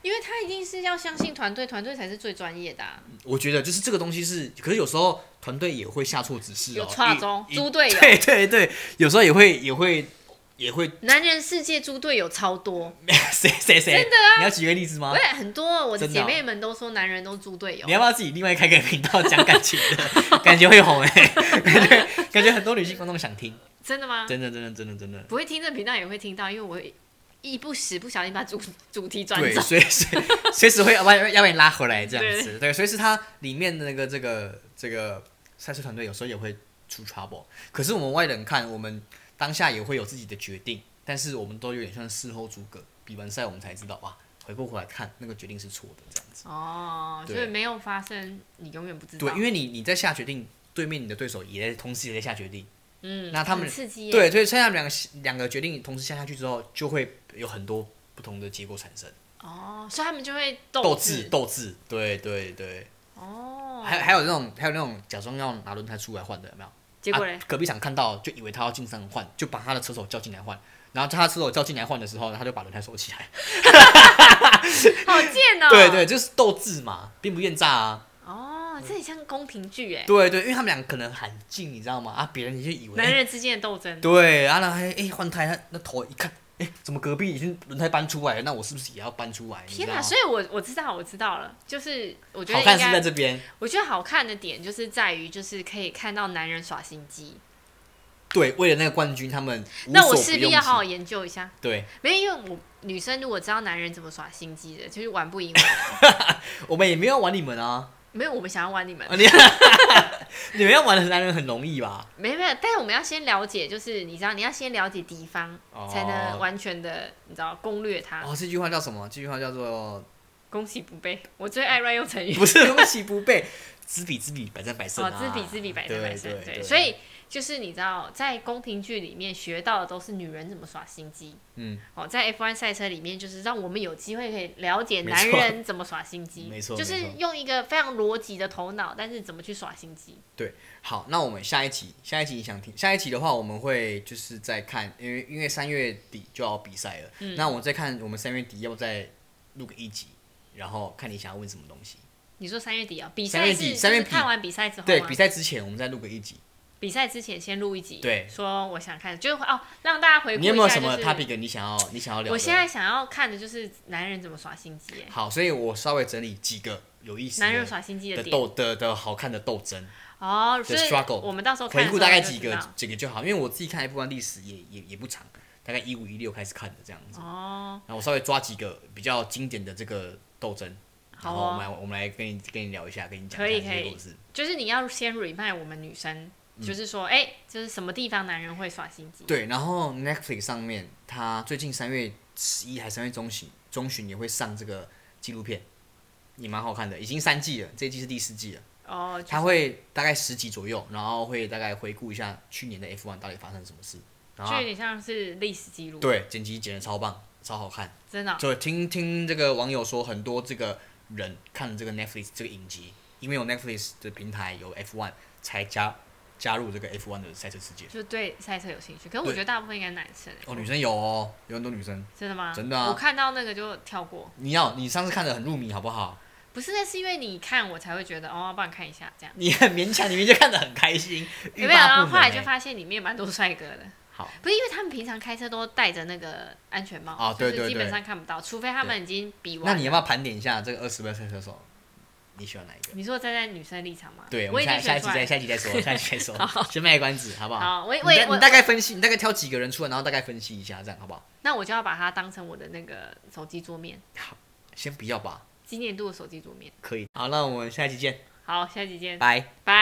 Speaker 5: 因为他一定是要相信团队，团队才是最专业的啊，”
Speaker 3: 我觉得就是这个东西是，可是有时候团队也会下错指示哦
Speaker 5: 有。差中
Speaker 3: 一一
Speaker 5: 猪队友
Speaker 3: 对对对，有时候也会也会也会
Speaker 5: 男人世界猪队友超多，
Speaker 3: 谁谁谁
Speaker 5: 真的啊
Speaker 3: 你要举个例子吗
Speaker 5: 不？是很多，我的
Speaker 3: 真的
Speaker 5: 姐
Speaker 3: 哦
Speaker 5: 妹们都说男人都猪队友
Speaker 3: 你。要不要自己另外开个频道讲感情的？ 感觉会红哎、感觉感觉很多女性观众想听，
Speaker 5: 真的吗？
Speaker 3: 真的真的真的真的。
Speaker 5: 不会听这频道也会听到，因为我会一不时不小心把主主题转
Speaker 3: 对，
Speaker 5: 走。
Speaker 3: 随时随时会要把要把你拉回来这样子。
Speaker 5: 对
Speaker 3: 对，所以是它里面的那个这个这个赛车团队有时候也会出 trouble，可是我们外人看，我们当下也会有自己的决定，但是我们都有点像事后诸葛，比完赛我们才知道哇，回过头来看那个决定是错的这样子。
Speaker 5: 哦，
Speaker 3: 对
Speaker 5: 所以没有发生，你永远不知道。
Speaker 3: 对，因为你你在下决定，对面你的对手也同时也在下决定，
Speaker 5: 嗯，
Speaker 3: 那他们
Speaker 5: 很刺激耶。
Speaker 3: 对，所以剩下两个两个决定同时下下去之后，就会有很多不同的结果产生，
Speaker 5: 哦，所以他们就会
Speaker 3: 斗智
Speaker 5: 智
Speaker 3: 斗智，对对对。
Speaker 5: 哦，
Speaker 3: 还还有那种还有那种假装要拿轮胎出来换的，有没有？
Speaker 5: 结果嘞
Speaker 3: 啊，隔壁场看到就以为他要进山换，就把他的车手叫进来换。然后他车手叫进来换的时候，他就把轮胎收起来。
Speaker 5: 好贱哦。
Speaker 3: 对对，就是斗智嘛，兵不厌诈啊。
Speaker 5: 哦，这很像宫廷剧哎，
Speaker 3: 对对，因为他们俩可能很近，你知道吗？啊，别人就以为
Speaker 5: 男
Speaker 3: 哎
Speaker 5: 人之间的斗争。
Speaker 3: 对，然后还哎换胎，他那头一看，哎，怎么隔壁已经轮胎搬出来了？那我是不是也要搬出来？
Speaker 5: 天
Speaker 3: 哪，
Speaker 5: 所以我我知道我知道了，就是我觉
Speaker 3: 好
Speaker 5: 得应
Speaker 3: 看是在
Speaker 5: 该，
Speaker 3: 这边。
Speaker 5: 我觉得好看的点就是在于，就是可以看到男人耍心机。
Speaker 3: 对，为了那个冠军，他们无
Speaker 5: 那我
Speaker 3: 所
Speaker 5: 势
Speaker 3: 不
Speaker 5: 必
Speaker 3: 用
Speaker 5: 要
Speaker 3: 其
Speaker 5: 好好研究一下，
Speaker 3: 对，
Speaker 5: 没有，因为我女生如果知道男人怎么耍心机的，就是玩不赢 我们。
Speaker 3: 我们也没有玩你们啊，
Speaker 5: 没有，我们想要玩你们
Speaker 3: 啊，你 你们要玩的男人很容易吧？
Speaker 5: 没有没有，但是我们要先了解，就是你知道，你要先了解敌方，
Speaker 3: 哦
Speaker 5: 才能完全的，你知道攻略他。
Speaker 3: 哦，这句话叫什么？这句话叫做
Speaker 5: 攻其不备，我最爱乱用成语。
Speaker 3: 不是攻其不备，知彼知彼，百战百胜、
Speaker 5: 哦，
Speaker 3: 啊。
Speaker 5: 知彼知彼，百战百胜。
Speaker 3: 对对对
Speaker 5: 所以就是你知道，在宫廷剧里面学到的都是女人怎么耍心机。
Speaker 3: 嗯，
Speaker 5: 哦，在 F1 赛车里面，就是让我们有机会可以了解
Speaker 3: 没
Speaker 5: 男
Speaker 3: 错
Speaker 5: 人怎么耍心机，
Speaker 3: 没错
Speaker 5: 就是
Speaker 3: 没错
Speaker 5: 用一个非常逻辑的头脑，但是怎么去耍心机。
Speaker 3: 对。好，那我们下一集，下一集你想听？下一集的话，我们会就是在看，因为因为三月底就要比赛了，
Speaker 5: 嗯
Speaker 3: 那我再看我们三月底要不要再录个一集，然后看你想要问什么东西。
Speaker 5: 你说三月底啊，比
Speaker 3: 三
Speaker 5: 赛
Speaker 3: 月
Speaker 5: 是
Speaker 3: 底
Speaker 5: 就是
Speaker 3: 三月底
Speaker 5: 看完比赛之后吗，
Speaker 3: 对，比赛之前我们再录个一集。
Speaker 5: 比赛之前先录一集，
Speaker 3: 对
Speaker 5: 说我想看，就是哦，让大家回顾一下、就是。
Speaker 3: 你有没有什么 topic 你想要你想要聊的？
Speaker 5: 我现在想要看的就是男人怎么耍心机，哎，
Speaker 3: 好，所以我稍微整理几个有意思的
Speaker 5: 男人耍心机
Speaker 3: 的
Speaker 5: 点
Speaker 3: 斗的的好看的斗争。
Speaker 5: 哦，所
Speaker 3: 的
Speaker 5: 以
Speaker 3: struggle，
Speaker 5: 我们到时候看
Speaker 3: 回
Speaker 5: 的
Speaker 3: 顾
Speaker 5: 时
Speaker 3: 大
Speaker 5: 候
Speaker 3: 概
Speaker 5: 就
Speaker 3: 几
Speaker 5: 知
Speaker 3: 个
Speaker 5: 道
Speaker 3: 几个就好，因为我自己看 F1 历史也也也不长，大概一五一六开始看的这样子。
Speaker 5: 哦，
Speaker 3: 然后我稍微抓几个比较经典的这个斗争，然
Speaker 5: 好
Speaker 3: 后我
Speaker 5: 哦
Speaker 3: 们来我们来跟你跟你聊一下，跟你讲
Speaker 5: 可以
Speaker 3: 一下这
Speaker 5: 可
Speaker 3: 些
Speaker 5: 以
Speaker 3: 故事。
Speaker 5: 就是你要先 remind 我们女生，就是说，哎、就是什么地方男人会耍心机？
Speaker 3: 嗯对，然后 Netflix 上面，它最近三月十一还三月中旬中旬也会上这个纪录片，也蛮好看的，已经三季了，这一季是第四季了。
Speaker 5: 哦，就是
Speaker 3: 它会大概十集左右，然后会大概回顾一下去年的 F1 到底发生什么事，然
Speaker 5: 就
Speaker 3: 后
Speaker 5: 有点像是历史记录，，
Speaker 3: 啊对剪辑剪的超棒，超好看。
Speaker 5: 真的哦、
Speaker 3: 就听听这个网友说，很多这个人看了这个 Netflix 这个影集，因为有 Netflix 的平台有 F1 才加加入这个 F1 的赛车世界。
Speaker 5: 就对赛车有兴趣。可是我
Speaker 3: 对
Speaker 5: 觉得大部分应该男生、欸，
Speaker 3: 哦，女生有哦，有很多女生。
Speaker 5: 真的吗？
Speaker 3: 真的啊
Speaker 5: 我看到那个就跳过，
Speaker 3: 你要你上次看的很入迷，好不好？
Speaker 5: 不是那是因为你看我才会觉得哦，帮你看一下这样。
Speaker 3: 你很勉强，你明明就看得很开心，
Speaker 5: 有
Speaker 3: 欲
Speaker 5: 没有？然
Speaker 3: 罢
Speaker 5: 后
Speaker 3: 不
Speaker 5: 后
Speaker 3: 能、
Speaker 5: 来就
Speaker 3: 欸。
Speaker 5: 发现里面蛮多帅哥的。
Speaker 3: 好，
Speaker 5: 不是因为他们平常开车都戴着那个安全帽，
Speaker 3: 啊对
Speaker 5: 就
Speaker 3: 对
Speaker 5: 是基本
Speaker 3: 对
Speaker 5: 上看不到，除非他们已经比完。
Speaker 3: 那你要不要盘点一下这个二十位赛车手？你喜欢哪一个？
Speaker 5: 你说站在女生的立场吗？
Speaker 3: 对，我
Speaker 5: 我
Speaker 3: 们
Speaker 5: 已
Speaker 3: 下
Speaker 5: 经
Speaker 3: 下一
Speaker 5: 选
Speaker 3: 集
Speaker 5: 出来
Speaker 3: 再
Speaker 5: 了。
Speaker 3: 下一集再说，下一集再 说，先卖关子，好不好？
Speaker 5: 好，我我
Speaker 3: 你大
Speaker 5: 我
Speaker 3: 你大概分析，你大概挑几个人出来，然后大概分析一下，这样好不好？
Speaker 5: 那我就要把它当成我的那个手机桌面，
Speaker 3: 先不要吧，
Speaker 5: 今年度的手机桌面。
Speaker 3: 可以。好，那我们下一集见，
Speaker 5: 好，下期见，
Speaker 3: 拜。
Speaker 5: 拜。